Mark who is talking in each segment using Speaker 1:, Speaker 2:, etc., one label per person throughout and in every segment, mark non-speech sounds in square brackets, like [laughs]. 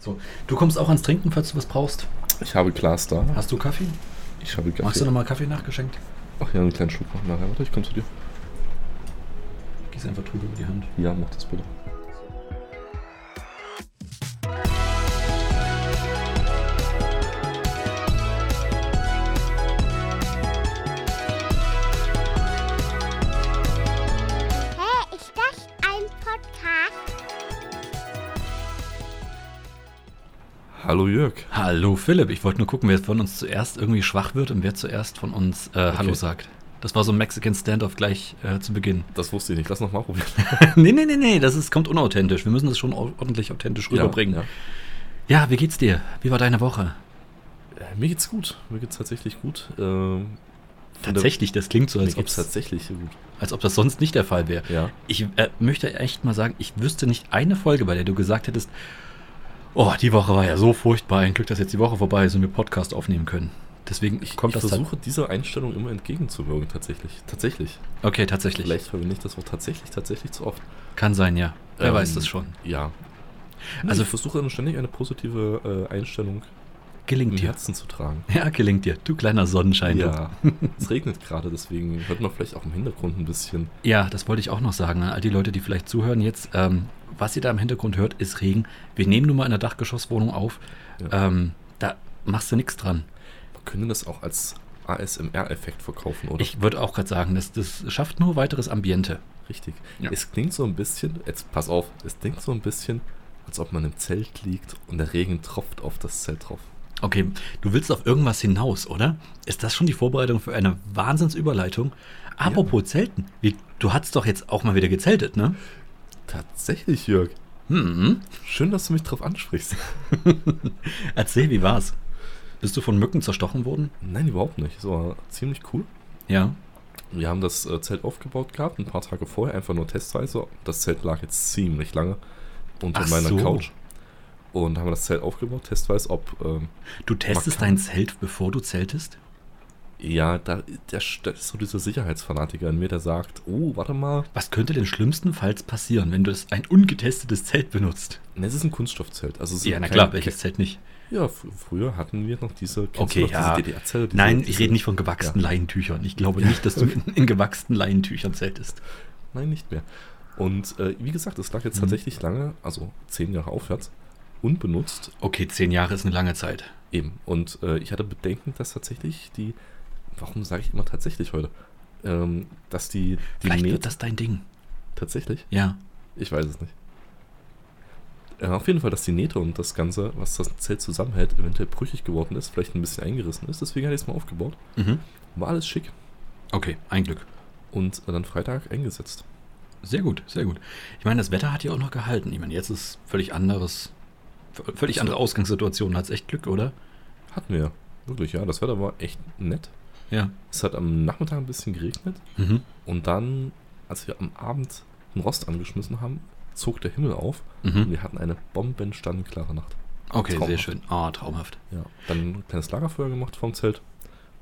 Speaker 1: So. Du kommst auch ans Trinken, falls du was brauchst.
Speaker 2: Ich habe Glas da.
Speaker 1: Hast du Kaffee?
Speaker 2: Ich habe Kaffee.
Speaker 1: Magst du nochmal Kaffee nachgeschenkt?
Speaker 2: Ach ja, einen kleinen Schluck noch nachher. Warte, ich komme zu dir.
Speaker 1: Gieß einfach drüber über die Hand.
Speaker 2: Ja, mach das bitte.
Speaker 3: Hä, ist das ein Podcast?
Speaker 2: Hallo Jörg.
Speaker 1: Hallo Philipp, ich wollte nur gucken, wer von uns zuerst irgendwie schwach wird und wer zuerst von uns äh, Hallo sagt. Das war so ein Mexican Standoff gleich äh, zu [laughs] Beginn.
Speaker 2: Das wusste ich nicht. Lass noch mal probieren.
Speaker 1: [laughs] nee, nee, nee, nee, das ist, kommt unauthentisch. Wir müssen das schon au- ordentlich authentisch rüberbringen.
Speaker 2: Ja,
Speaker 1: ja. wie geht's dir? Wie war deine Woche?
Speaker 2: ja. Äh, Mir geht's gut. Mir geht's tatsächlich gut. Ähm, von der-
Speaker 1: Tatsächlich, das klingt so,
Speaker 2: Mir
Speaker 1: als ob
Speaker 2: geht's tatsächlich gut.
Speaker 1: als ob das sonst nicht der Fall wäre.
Speaker 2: Ja.
Speaker 1: Ich äh, möchte echt mal sagen, ich wüsste nicht eine Folge, bei der du gesagt hättest, oh, die Woche war ja so furchtbar, ein Glück, dass jetzt die Woche vorbei ist und wir Podcast aufnehmen können. Deswegen
Speaker 2: Ich,
Speaker 1: kommt
Speaker 2: ich
Speaker 1: das
Speaker 2: versuche dieser Einstellung immer entgegenzuwirken, tatsächlich. Tatsächlich.
Speaker 1: dann. Okay, tatsächlich.
Speaker 2: Vielleicht verwende ich das Wort tatsächlich, tatsächlich zu oft.
Speaker 1: Kann sein, ja. Wer
Speaker 2: Ähm,
Speaker 1: weiß das schon.
Speaker 2: Ja. Nee,
Speaker 1: Also-
Speaker 2: also ich versuche dann ständig eine positive äh, Einstellung im
Speaker 1: Gelingt dir.
Speaker 2: Herzen zu tragen.
Speaker 1: [laughs] Ja, gelingt dir. Du kleiner Sonnenschein. du.
Speaker 2: Ja, es regnet gerade, deswegen hört man vielleicht auch im Hintergrund ein bisschen.
Speaker 1: ja, das wollte ich auch noch sagen an all die Leute, die vielleicht zuhören jetzt. Ähm, was ihr da im Hintergrund hört, ist Regen. Wir nehmen nun mal in der Dachgeschosswohnung auf.
Speaker 2: Ja.
Speaker 1: Ähm, da machst du nichts dran.
Speaker 2: Wir können das auch als ASMR-Effekt verkaufen, oder?
Speaker 1: Ich würde auch gerade sagen, das, das schafft nur weiteres Ambiente.
Speaker 2: Richtig.
Speaker 1: Ja.
Speaker 2: Es klingt so ein bisschen, jetzt pass auf, es klingt so ein bisschen, als ob man im Zelt liegt und der Regen tropft auf das Zelt drauf.
Speaker 1: Okay, du willst auf irgendwas hinaus, oder? Ist das schon die Vorbereitung für eine Wahnsinnsüberleitung? Apropos Zelten, wie, du hast doch jetzt auch mal wieder gezeltet, ne?
Speaker 2: Tatsächlich, Jörg.
Speaker 1: Hm,
Speaker 2: Schön, dass du mich drauf ansprichst.
Speaker 1: erzähl, wie war's? Bist du von Mücken zerstochen worden?
Speaker 2: Nein, überhaupt nicht. Es war ziemlich cool.
Speaker 1: Ja.
Speaker 2: Wir haben das äh, Zelt aufgebaut gehabt, ein paar Tage vorher, einfach nur testweise. Das Zelt lag jetzt ziemlich lange unter
Speaker 1: Ach
Speaker 2: meiner
Speaker 1: so.
Speaker 2: Couch. Und haben das Zelt aufgebaut, testweise, ob. Ähm,
Speaker 1: Du testest
Speaker 2: Man
Speaker 1: dein Zelt, bevor du zeltest?
Speaker 2: ja, da, der, da ist so dieser Sicherheitsfanatiker in mir, der sagt: Oh, warte mal,
Speaker 1: Was könnte denn schlimmstenfalls passieren, wenn du das ein ungetestetes Zelt benutzt?
Speaker 2: ne, es ist ein Kunststoffzelt. Also es ist
Speaker 1: Ja, na
Speaker 2: kein-
Speaker 1: klar, welches Zelt nicht?
Speaker 2: Ja, fr früher hatten wir noch diese. kennst du
Speaker 1: Okay,
Speaker 2: noch
Speaker 1: ja.
Speaker 2: Diese DDR-Zelte, diese,
Speaker 1: Nein, ich
Speaker 2: diese-
Speaker 1: rede nicht von gewachsenen Leinentüchern. Ich glaube nicht, dass [laughs] du in, in gewachsenen Leinentüchern zeltest.
Speaker 2: Nein, nicht mehr. Und äh, wie gesagt, es lag
Speaker 1: Mhm.
Speaker 2: jetzt tatsächlich lange, also zehn Jahre aufwärts, unbenutzt.
Speaker 1: Okay, zehn Jahre ist eine lange Zeit.
Speaker 2: Eben. Und äh, ich hatte Bedenken, dass tatsächlich die, warum sage ich immer tatsächlich heute, ähm, dass die, die
Speaker 1: Vielleicht
Speaker 2: Nähe
Speaker 1: wird das dein Ding.
Speaker 2: tatsächlich,
Speaker 1: Ja.
Speaker 2: ich weiß es nicht. Äh, auf jeden Fall, dass die Nähte und das Ganze, was das Zelt zusammenhält, eventuell brüchig geworden ist, vielleicht ein bisschen eingerissen ist. Deswegen hatte ich es mal aufgebaut.
Speaker 1: Mhm.
Speaker 2: War alles schick
Speaker 1: Okay, ein Glück.
Speaker 2: und äh, dann Freitag eingesetzt.
Speaker 1: Sehr gut, sehr gut. Ich meine, das Wetter hat ja auch noch gehalten. Ich meine, jetzt ist völlig anderes, v- völlig andere Ausgangssituation. Hat's echt Glück, oder?
Speaker 2: Hatten wir. Wirklich, ja. Das Wetter war echt nett.
Speaker 1: Ja.
Speaker 2: Es hat am Nachmittag ein bisschen geregnet
Speaker 1: Mhm.
Speaker 2: und dann, als wir am Abend den Rost angeschmissen haben, zog der Himmel auf und
Speaker 1: Mhm.
Speaker 2: wir hatten eine bombenstandklare Nacht.
Speaker 1: Okay, sehr
Speaker 2: Traumhaft.
Speaker 1: schön. Ah, traumhaft.
Speaker 2: Ja. Dann ein kleines Lagerfeuer gemacht vorm Zelt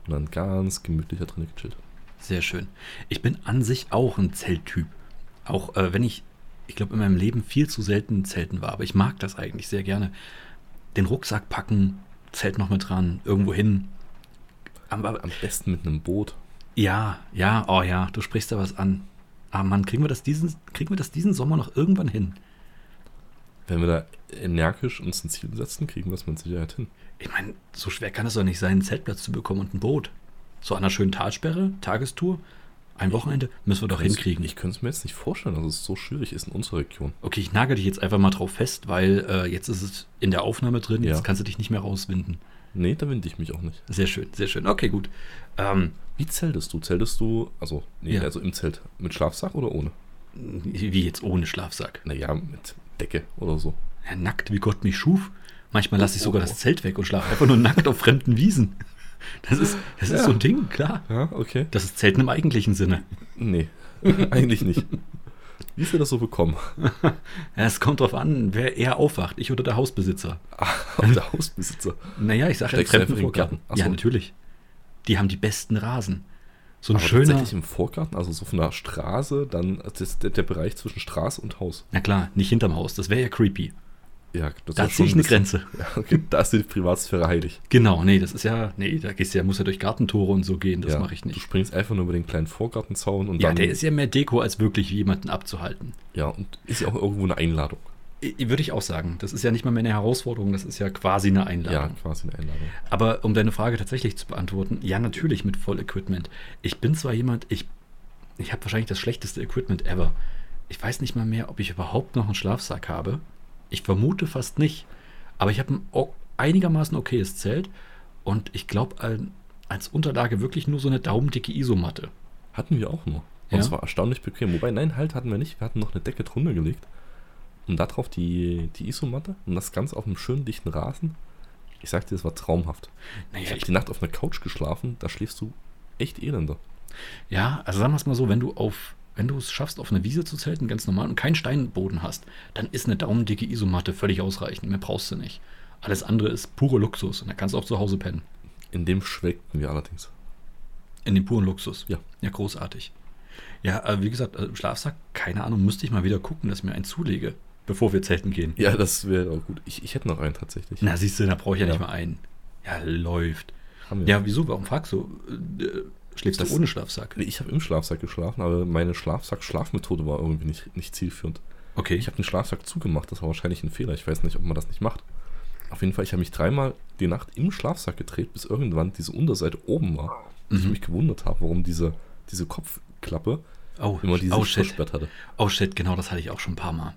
Speaker 2: und dann ganz gemütlich da drin gechillt.
Speaker 1: Sehr schön. Ich bin an sich auch ein Zelttyp. Auch äh, wenn ich, ich glaube, in meinem Leben viel zu selten in zelten war. Aber ich mag das eigentlich sehr gerne. Den Rucksack packen, Zelt noch mit dran, irgendwo hin. Aber,
Speaker 2: Am besten mit einem Boot.
Speaker 1: Ja, ja, oh ja, du sprichst da was an. Ah Mann, kriegen wir das diesen, kriegen wir das diesen Sommer noch irgendwann hin?
Speaker 2: Wenn wir da energisch uns ein Ziel setzen, kriegen wir es mit Sicherheit hin.
Speaker 1: Ich meine, so schwer kann es doch nicht sein, einen Zeltplatz zu bekommen und ein Boot. So an einer schönen Talsperre, Tagestour, ein Wochenende, müssen wir doch hinkriegen.
Speaker 2: Ich könnte es mir jetzt nicht vorstellen, dass es so schwierig ist in unserer Region.
Speaker 1: okay, ich nagel dich jetzt einfach mal drauf fest, weil äh, jetzt ist es in der Aufnahme drin,
Speaker 2: Ja.
Speaker 1: jetzt kannst du dich nicht mehr rauswinden.
Speaker 2: Nee, da winde ich mich auch nicht.
Speaker 1: Sehr schön, sehr schön. Okay, gut. Ähm,
Speaker 2: Wie zeltest du? Zeltest du, also, nee,
Speaker 1: Ja.
Speaker 2: also im Zelt mit Schlafsack oder ohne?
Speaker 1: wie jetzt ohne Schlafsack.
Speaker 2: Naja, mit Decke oder so.
Speaker 1: Ja, nackt, wie Gott mich schuf. Manchmal lasse ich
Speaker 2: Oh,
Speaker 1: sogar
Speaker 2: oh,
Speaker 1: das
Speaker 2: oh.
Speaker 1: Zelt weg und schlafe einfach nur nackt auf fremden Wiesen. Das ist, das ist
Speaker 2: Ja.
Speaker 1: so ein Ding, klar.
Speaker 2: Ja, okay.
Speaker 1: Das ist Zelten im eigentlichen Sinne.
Speaker 2: Nee, [laughs] eigentlich nicht. Wie ist dir das so bekommen?
Speaker 1: Ja, es kommt drauf an, wer eher aufwacht, ich oder der Hausbesitzer.
Speaker 2: [laughs] Auf der Hausbesitzer.
Speaker 1: Naja, ich sage ja
Speaker 2: Steckst du
Speaker 1: Fremden
Speaker 2: einfach in den
Speaker 1: Vorgarten.
Speaker 2: Garten? Ach
Speaker 1: Ja,
Speaker 2: so.
Speaker 1: natürlich. Die haben die besten Rasen. So ein
Speaker 2: Aber
Speaker 1: schöner.
Speaker 2: tatsächlich im Vorgarten, also so von der Straße, dann das, der, der Bereich zwischen Straße und Haus.
Speaker 1: Na klar, nicht hinterm Haus, das wäre ja creepy.
Speaker 2: Ja, das
Speaker 1: Da
Speaker 2: ist
Speaker 1: ziehe ich
Speaker 2: schon
Speaker 1: eine
Speaker 2: ein bisschen- [laughs]
Speaker 1: Grenze.
Speaker 2: Okay, da ist die Privatsphäre heilig.
Speaker 1: Genau, nee, das ist ja, nee, da gehst du ja, muss ja durch Gartentore und so gehen, das
Speaker 2: ja.
Speaker 1: mache ich
Speaker 2: Du
Speaker 1: nicht.
Speaker 2: springst einfach nur über den kleinen Vorgartenzaun und
Speaker 1: Ja,
Speaker 2: dann.
Speaker 1: der ist ja mehr Deko, als wirklich jemanden abzuhalten.
Speaker 2: ja, und ist ja auch irgendwo eine Einladung.
Speaker 1: I- Würde ich auch sagen. Das ist ja nicht mal mehr eine Herausforderung, das ist ja quasi eine
Speaker 2: Ja,
Speaker 1: Einladung.
Speaker 2: quasi eine Einladung.
Speaker 1: Aber um deine Frage tatsächlich zu beantworten, ja, natürlich mit Vollequipment. Ich bin zwar jemand, ich, ich habe wahrscheinlich das schlechteste Equipment ever. Ich weiß nicht mal mehr, ob ich überhaupt noch einen Schlafsack habe. Ich vermute fast nicht. Aber ich habe ein o- einigermaßen okayes Zelt und ich glaube als Unterlage wirklich nur so eine daumendicke Isomatte.
Speaker 2: Hatten wir auch nur.
Speaker 1: Ja.
Speaker 2: Und es war erstaunlich bequem. Wobei, nein, halt hatten wir nicht. Wir hatten noch eine Decke drunter gelegt. Und darauf die, die Isomatte und das Ganze auf einem schönen, dichten Rasen. Ich sag dir, es war traumhaft. Ich
Speaker 1: Naja,
Speaker 2: habe die Nacht auf einer Couch geschlafen, da schläfst du echt elender.
Speaker 1: Ja, also sagen wir es mal so, wenn du auf, wenn du es schaffst, auf einer Wiese zu zelten, ganz normal und keinen Steinboden hast, dann ist eine daumendicke Isomatte völlig ausreichend. Mehr brauchst du nicht. Alles andere ist pure Luxus und da kannst du auch zu Hause pennen.
Speaker 2: In dem schwelgten wir allerdings.
Speaker 1: In dem puren Luxus.
Speaker 2: Ja.
Speaker 1: Ja, großartig. Ja, äh, wie gesagt, äh, Schlafsack, keine Ahnung, müsste ich mal wieder gucken, dass ich mir einen zulege, bevor wir zelten gehen.
Speaker 2: Ja, das wäre auch gut. Ich, ich hätte noch einen tatsächlich.
Speaker 1: Na, siehst du, da brauche ich ja,
Speaker 2: Ja.
Speaker 1: nicht mal einen. Ja, läuft.
Speaker 2: Haben wir.
Speaker 1: Ja, wieso? Warum fragst du? Äh, schläfst
Speaker 2: Das-
Speaker 1: du ohne Schlafsack?
Speaker 2: Ich habe im Schlafsack geschlafen, aber meine Schlafsack-Schlafmethode war irgendwie nicht, nicht zielführend.
Speaker 1: Okay.
Speaker 2: Ich habe den Schlafsack zugemacht, das war wahrscheinlich ein Fehler. Ich weiß nicht, ob man das nicht macht. Auf jeden Fall, ich habe mich dreimal die Nacht im Schlafsack gedreht, bis irgendwann diese Unterseite oben war. Und
Speaker 1: Mhm.
Speaker 2: ich mich gewundert habe, warum diese, diese Kopfklappe
Speaker 1: oh,
Speaker 2: immer diese
Speaker 1: oh,
Speaker 2: sich
Speaker 1: shit.
Speaker 2: versperrt hatte.
Speaker 1: Oh shit, genau, das hatte ich auch schon ein paar Mal.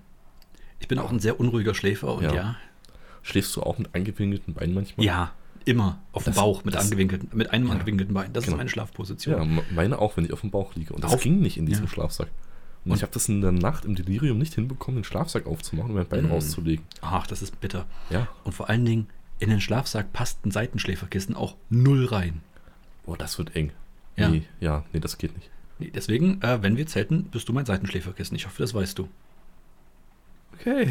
Speaker 1: Ich bin auch ein sehr unruhiger Schläfer und
Speaker 2: Ja.
Speaker 1: ja. Ja,
Speaker 2: Schläfst du auch mit angewinkelten Beinen manchmal?
Speaker 1: immer auf dem
Speaker 2: Das-
Speaker 1: Bauch mit,
Speaker 2: das-
Speaker 1: angewinkelten, mit einem angewinkelten Bein. Das
Speaker 2: Genau.
Speaker 1: ist meine Schlafposition.
Speaker 2: Ja, me- meine auch, wenn ich auf dem Bauch liege. Und das
Speaker 1: Auf-
Speaker 2: ging nicht in diesem
Speaker 1: ja.
Speaker 2: Schlafsack. Und,
Speaker 1: Und-
Speaker 2: ich habe das in der Nacht im Delirium nicht hinbekommen, den Schlafsack aufzumachen und mein Bein
Speaker 1: Mhm.
Speaker 2: rauszulegen.
Speaker 1: Ach, das ist bitter.
Speaker 2: Ja.
Speaker 1: Und vor allen Dingen, in den Schlafsack passt ein Seitenschläferkissen auch null rein.
Speaker 2: Oh, das wird eng.
Speaker 1: Ja.
Speaker 2: Nee, ja, nee, das geht nicht.
Speaker 1: Nee, deswegen, äh, wenn wir zelten, bist du mein Seitenschläferkissen. Ich hoffe, das weißt du.
Speaker 2: Okay.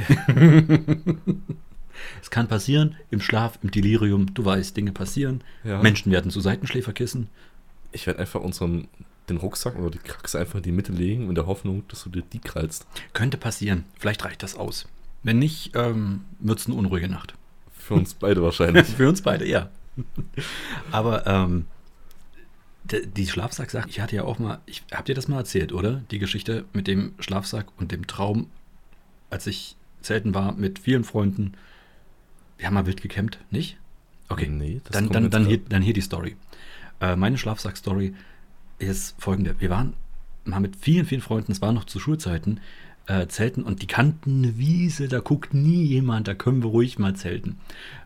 Speaker 1: Es kann passieren, im Schlaf, im Delirium, du weißt, Dinge passieren.
Speaker 2: Ja.
Speaker 1: Menschen werden zu Seitenschläferkissen.
Speaker 2: Ich werde einfach unseren den Rucksack oder die Kraxe einfach in die Mitte legen in der Hoffnung, dass du dir die krallst.
Speaker 1: Könnte passieren. Vielleicht reicht das aus. Wenn nicht, ähm, wird es eine unruhige Nacht.
Speaker 2: Für uns beide wahrscheinlich.
Speaker 1: Für uns beide, ja. Aber ähm, d- die Schlafsack-Sache, ich hatte ja auch mal, ich hab dir das mal erzählt, oder? Die Geschichte mit dem Schlafsack und dem Traum, als ich zelten war mit vielen Freunden. Wir haben mal wild gecampt, nicht? [laughs] Okay,
Speaker 2: Nee, Mhm, das
Speaker 1: dann,
Speaker 2: kommt
Speaker 1: dann,
Speaker 2: jetzt
Speaker 1: dann,
Speaker 2: grad-
Speaker 1: hier, dann hier die Story. Äh, meine Schlafsack-Story ist folgende. Wir waren mal mit vielen, vielen Freunden, es waren noch zu Schulzeiten, äh, zelten und die kannten eine Wiese, da guckt nie jemand, da können wir ruhig mal zelten.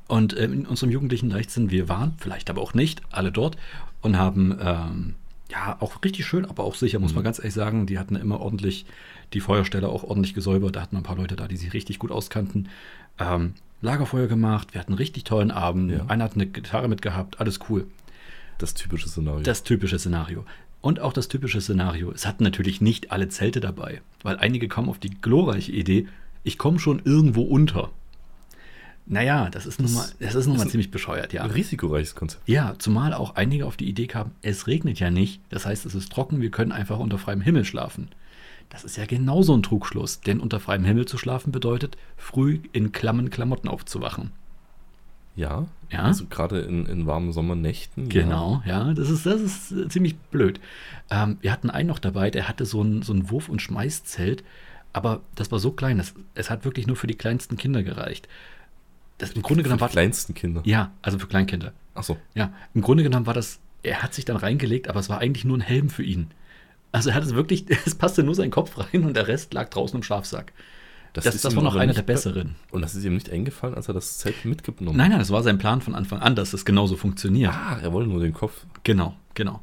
Speaker 1: Und ähm, in unserem jugendlichen Leichtsinn, wir waren, vielleicht aber auch nicht, alle dort und haben, ähm, ja, auch richtig schön, aber auch sicher, muss man ganz ehrlich sagen, die hatten immer ordentlich die Feuerstelle auch ordentlich gesäubert, da hatten wir ein paar Leute da, die sich richtig gut auskannten. Ähm, Lagerfeuer gemacht, wir hatten einen richtig tollen Abend,
Speaker 2: Ja.
Speaker 1: einer hat eine Gitarre mitgehabt, alles cool.
Speaker 2: das typische Szenario.
Speaker 1: Das typische Szenario. Und auch das typische Szenario. Es hatten natürlich nicht alle Zelte dabei, weil einige kamen auf die glorreiche Idee, ich komme schon irgendwo unter. Naja, das ist nun mal, das ist nun mal
Speaker 2: ist ein-
Speaker 1: ziemlich bescheuert, ja.
Speaker 2: Ein risikoreiches Konzept.
Speaker 1: Ja, zumal auch einige auf die Idee kamen, es regnet ja nicht, das heißt es ist trocken, wir können einfach unter freiem Himmel schlafen. Das ist ja genauso ein Trugschluss, denn unter freiem Himmel zu schlafen bedeutet, früh in klammen Klamotten aufzuwachen.
Speaker 2: Ja.
Speaker 1: Ja.
Speaker 2: Also gerade in, in warmen Sommernächten.
Speaker 1: Genau, ja, das ist, das ist äh, ziemlich blöd. Ähm, wir hatten einen noch dabei, der hatte so ein, so ein Wurf- und Schmeißzelt, aber das war so klein, das, es hat wirklich nur für die kleinsten Kinder gereicht. Das im Grunde
Speaker 2: Ja. Für
Speaker 1: genommen
Speaker 2: die
Speaker 1: war
Speaker 2: kleinsten Kinder.
Speaker 1: ja, also für Kleinkinder.
Speaker 2: Achso.
Speaker 1: Ja, im Grunde genommen war das, er hat sich dann reingelegt, aber es war eigentlich nur ein Helm für ihn. Also er hat es wirklich, [laughs] es passte nur sein Kopf rein und der Rest lag draußen im Schlafsack. Das- das
Speaker 2: ihm
Speaker 1: war noch
Speaker 2: aber
Speaker 1: einer
Speaker 2: nicht
Speaker 1: der
Speaker 2: be-
Speaker 1: besseren.
Speaker 2: Und das ist ihm nicht eingefallen, als er das Zelt mitgenommen
Speaker 1: Nein, nein, das war sein Plan von Anfang an, dass es genauso funktioniert.
Speaker 2: Ah, er wollte nur den Kopf.
Speaker 1: Genau, genau.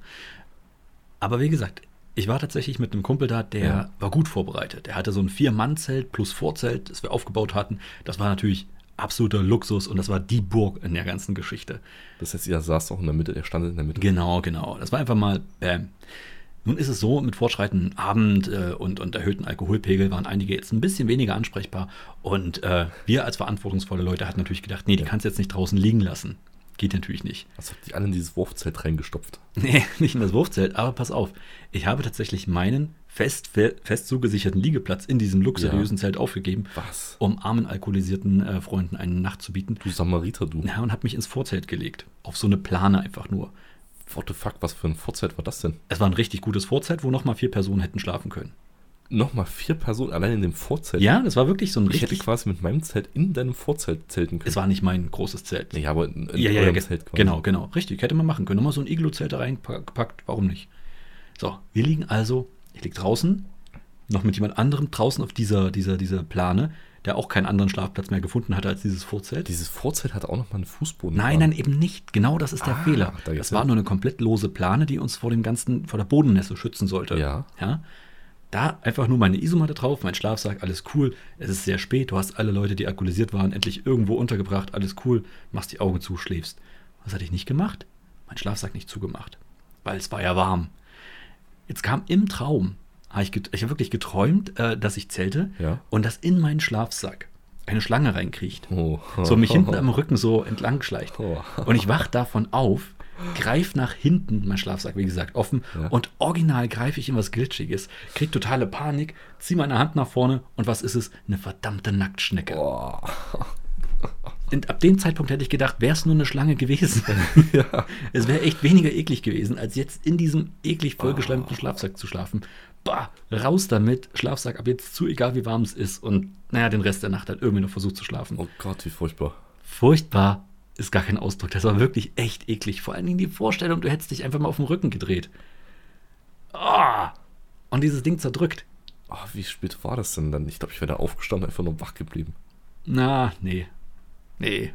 Speaker 1: Aber wie gesagt, ich war tatsächlich mit einem Kumpel da, der
Speaker 2: Ja.
Speaker 1: war gut vorbereitet. Er hatte so ein Vier-Mann-Zelt plus Vorzelt, das wir aufgebaut hatten. Das war natürlich absoluter Luxus und das war die Burg in der ganzen Geschichte.
Speaker 2: Das heißt, er saß auch in der Mitte, er stand in der Mitte.
Speaker 1: Genau, genau. Das war einfach mal Bam. Nun ist es so, mit fortschreitendem Abend äh, und, und erhöhten Alkoholpegel waren einige jetzt ein bisschen weniger ansprechbar. Und äh, wir als verantwortungsvolle Leute hatten natürlich gedacht, nee, die kannst du jetzt nicht draußen liegen lassen. Geht natürlich nicht.
Speaker 2: Als ob Also,
Speaker 1: [laughs]
Speaker 2: die alle in dieses Wurfzelt reingestopft.
Speaker 1: Nee, nicht in das Wurfzelt, aber pass auf. Ich habe tatsächlich meinen fest, fe- fest zugesicherten Liegeplatz in diesem luxuriösen Zelt aufgegeben,
Speaker 2: Was?
Speaker 1: um armen alkoholisierten äh, Freunden eine Nacht zu bieten.
Speaker 2: Du Samariter, du.
Speaker 1: Ja, und habe mich ins Vorzelt gelegt. Auf so eine Plane einfach nur.
Speaker 2: What the fuck, was für ein Vorzeit war das denn?
Speaker 1: Es war ein richtig gutes Vorzelt, wo nochmal vier Personen hätten schlafen können.
Speaker 2: Nochmal vier Personen allein in dem Vorzelt.
Speaker 1: Ja, das war wirklich so ein
Speaker 2: Ich hätte
Speaker 1: richtig.
Speaker 2: quasi mit meinem Zelt in deinem Vorzelt zelten können.
Speaker 1: Es war nicht mein großes Zelt.
Speaker 2: ja, aber in, in
Speaker 1: ja, ja, ja,
Speaker 2: eurem
Speaker 1: ge-
Speaker 2: Zelt quasi.
Speaker 1: genau, genau. Richtig, hätte man machen können. Nochmal so ein Iglo-Zelt da reingepackt, warum nicht? So, wir liegen also, ich liege draußen, noch mit jemand anderem draußen auf dieser, dieser, dieser Plane, der auch keinen anderen Schlafplatz mehr gefunden hatte als dieses Vorzelt.
Speaker 2: Dieses Vorzelt hat auch nochmal einen Fußboden.
Speaker 1: Nein, nein, eben nicht. Genau das ist der
Speaker 2: Ah,
Speaker 1: Fehler.
Speaker 2: da geht's
Speaker 1: Das war
Speaker 2: hin.
Speaker 1: nur eine komplett lose Plane, die uns vor dem ganzen, vor der Bodennässe schützen sollte.
Speaker 2: Ja.
Speaker 1: ja. Da einfach nur meine Isomatte drauf, mein Schlafsack, alles cool. Es ist sehr spät, du hast alle Leute, die alkoholisiert waren, endlich irgendwo untergebracht, alles cool, machst die Augen zu, schläfst. Was hatte ich nicht gemacht? Mein Schlafsack nicht zugemacht, weil es war ja warm. Jetzt kam im Traum, hab ich, get- ich habe wirklich geträumt, äh, dass ich zelte
Speaker 2: Ja.
Speaker 1: und dass in meinen Schlafsack eine Schlange reinkriecht
Speaker 2: Oh.
Speaker 1: so mich
Speaker 2: [laughs]
Speaker 1: hinten am Rücken so entlang schleicht.
Speaker 2: Oh.
Speaker 1: Und ich wach davon auf, greif nach hinten, mein Schlafsack, wie gesagt, offen,
Speaker 2: Ja.
Speaker 1: und original greife ich in was Glitschiges, krieg totale Panik, zieh meine Hand nach vorne und was ist es? Eine verdammte Nacktschnecke.
Speaker 2: Boah.
Speaker 1: [laughs] Und ab dem Zeitpunkt hätte ich gedacht, wäre es nur eine Schlange gewesen.
Speaker 2: [laughs] Ja.
Speaker 1: [laughs] es wäre echt weniger eklig gewesen, als jetzt in diesem eklig vollgeschleimten Schlafsack zu schlafen. Bah, raus damit, Schlafsack ab jetzt zu, egal wie warm es ist. Und naja, den Rest der Nacht halt irgendwie noch versucht zu schlafen.
Speaker 2: Oh Gott, wie furchtbar.
Speaker 1: Furchtbar ist gar kein Ausdruck. Das war wirklich echt eklig. Vor allen Dingen die Vorstellung, du hättest dich einfach mal auf den Rücken gedreht. Ah! Und dieses Ding zerdrückt.
Speaker 2: Ah, wie spät war das denn dann? Ich glaube, ich wäre da aufgestanden, einfach nur wach geblieben.
Speaker 1: Na, nee. Nee.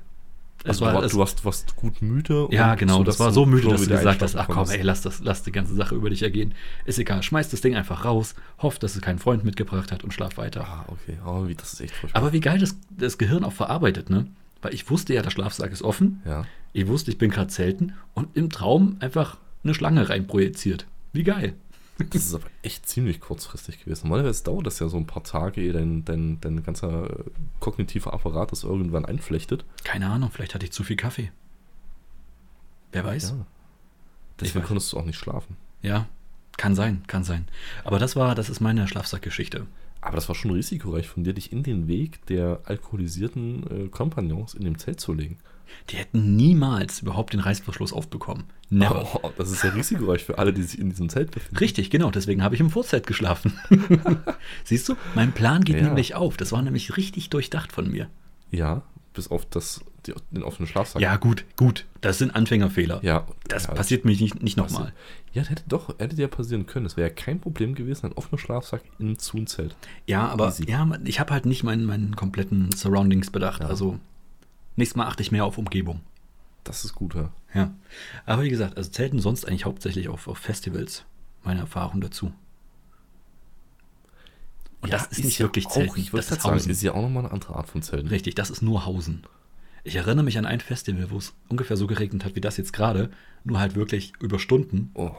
Speaker 1: Es
Speaker 2: Also du, war,
Speaker 1: es-
Speaker 2: du, warst, warst gut müde.
Speaker 1: ja,
Speaker 2: und
Speaker 1: genau.
Speaker 2: so,
Speaker 1: das
Speaker 2: dass
Speaker 1: war so müde, dass du
Speaker 2: wieder
Speaker 1: gesagt hast: Ach
Speaker 2: einschlafen
Speaker 1: komm,
Speaker 2: konntest.
Speaker 1: ey, lass, das, lass die ganze Sache über dich ergehen. Ist egal. Schmeiß das Ding einfach raus. Hoff, dass es keinen Freund mitgebracht hat und schlaf weiter.
Speaker 2: Ah, okay. Oh, wie, das ist echt furchtbar.
Speaker 1: Aber wie geil das, das Gehirn auch verarbeitet, ne? Weil ich wusste ja, der Schlafsack ist offen.
Speaker 2: ja.
Speaker 1: Ich wusste, ich bin gerade zelten und im Traum einfach eine Schlange reinprojiziert. Wie geil.
Speaker 2: Das ist aber echt ziemlich kurzfristig gewesen. Normalerweise dauert das ja so ein paar Tage, ehe dein, dein, dein ganzer äh, kognitiver Apparat das irgendwann einflechtet.
Speaker 1: Keine Ahnung, vielleicht hatte ich zu viel Kaffee. Wer weiß?
Speaker 2: Ja.
Speaker 1: Ich weiß.
Speaker 2: Deswegen konntest du auch nicht schlafen.
Speaker 1: Ja. Kann sein, kann sein. Aber das war, das ist meine Schlafsackgeschichte.
Speaker 2: Aber das war schon risikoreich von dir, dich in den Weg der alkoholisierten äh, Kompagnons in dem Zelt zu legen.
Speaker 1: Die hätten niemals überhaupt den Reißverschluss aufbekommen. Never.
Speaker 2: Oh, das ist ja risikoreich für alle, die sich in diesem Zelt befinden.
Speaker 1: Richtig, genau, deswegen habe ich im Vorzelt
Speaker 2: [laughs]
Speaker 1: geschlafen. Siehst du, mein Plan geht
Speaker 2: Ja.
Speaker 1: nämlich auf. Das war nämlich richtig durchdacht von mir.
Speaker 2: Ja, bis auf das, die, den offenen Schlafsack.
Speaker 1: Ja, gut, gut. Das sind Anfängerfehler.
Speaker 2: ja
Speaker 1: Das
Speaker 2: ja,
Speaker 1: passiert mich nicht, nicht nochmal.
Speaker 2: Ja, das hätte doch, hätte dir passieren können. Es wäre ja kein Problem gewesen, ein offener Schlafsack im Zunzelt.
Speaker 1: Ja, aber
Speaker 2: Easy.
Speaker 1: ja, ich habe halt nicht meinen, meinen kompletten Surroundings bedacht. Also nächstes Mal achte ich mehr auf Umgebung.
Speaker 2: Das ist gut, ja.
Speaker 1: Ja. Aber wie gesagt, also Zelten sonst eigentlich hauptsächlich auf, auf Festivals. Meine Erfahrung dazu. Und
Speaker 2: Ja,
Speaker 1: das ist, nicht
Speaker 2: ja
Speaker 1: wirklich
Speaker 2: auch,
Speaker 1: Zelten.
Speaker 2: Ich würde
Speaker 1: das ist
Speaker 2: sagen,
Speaker 1: Hausen.
Speaker 2: ist ja auch nochmal eine andere Art von Zelten.
Speaker 1: Richtig, das ist nur Hausen. Ich erinnere mich an ein Festival, wo es ungefähr so geregnet hat wie das jetzt gerade, nur halt wirklich über Stunden.
Speaker 2: Oh,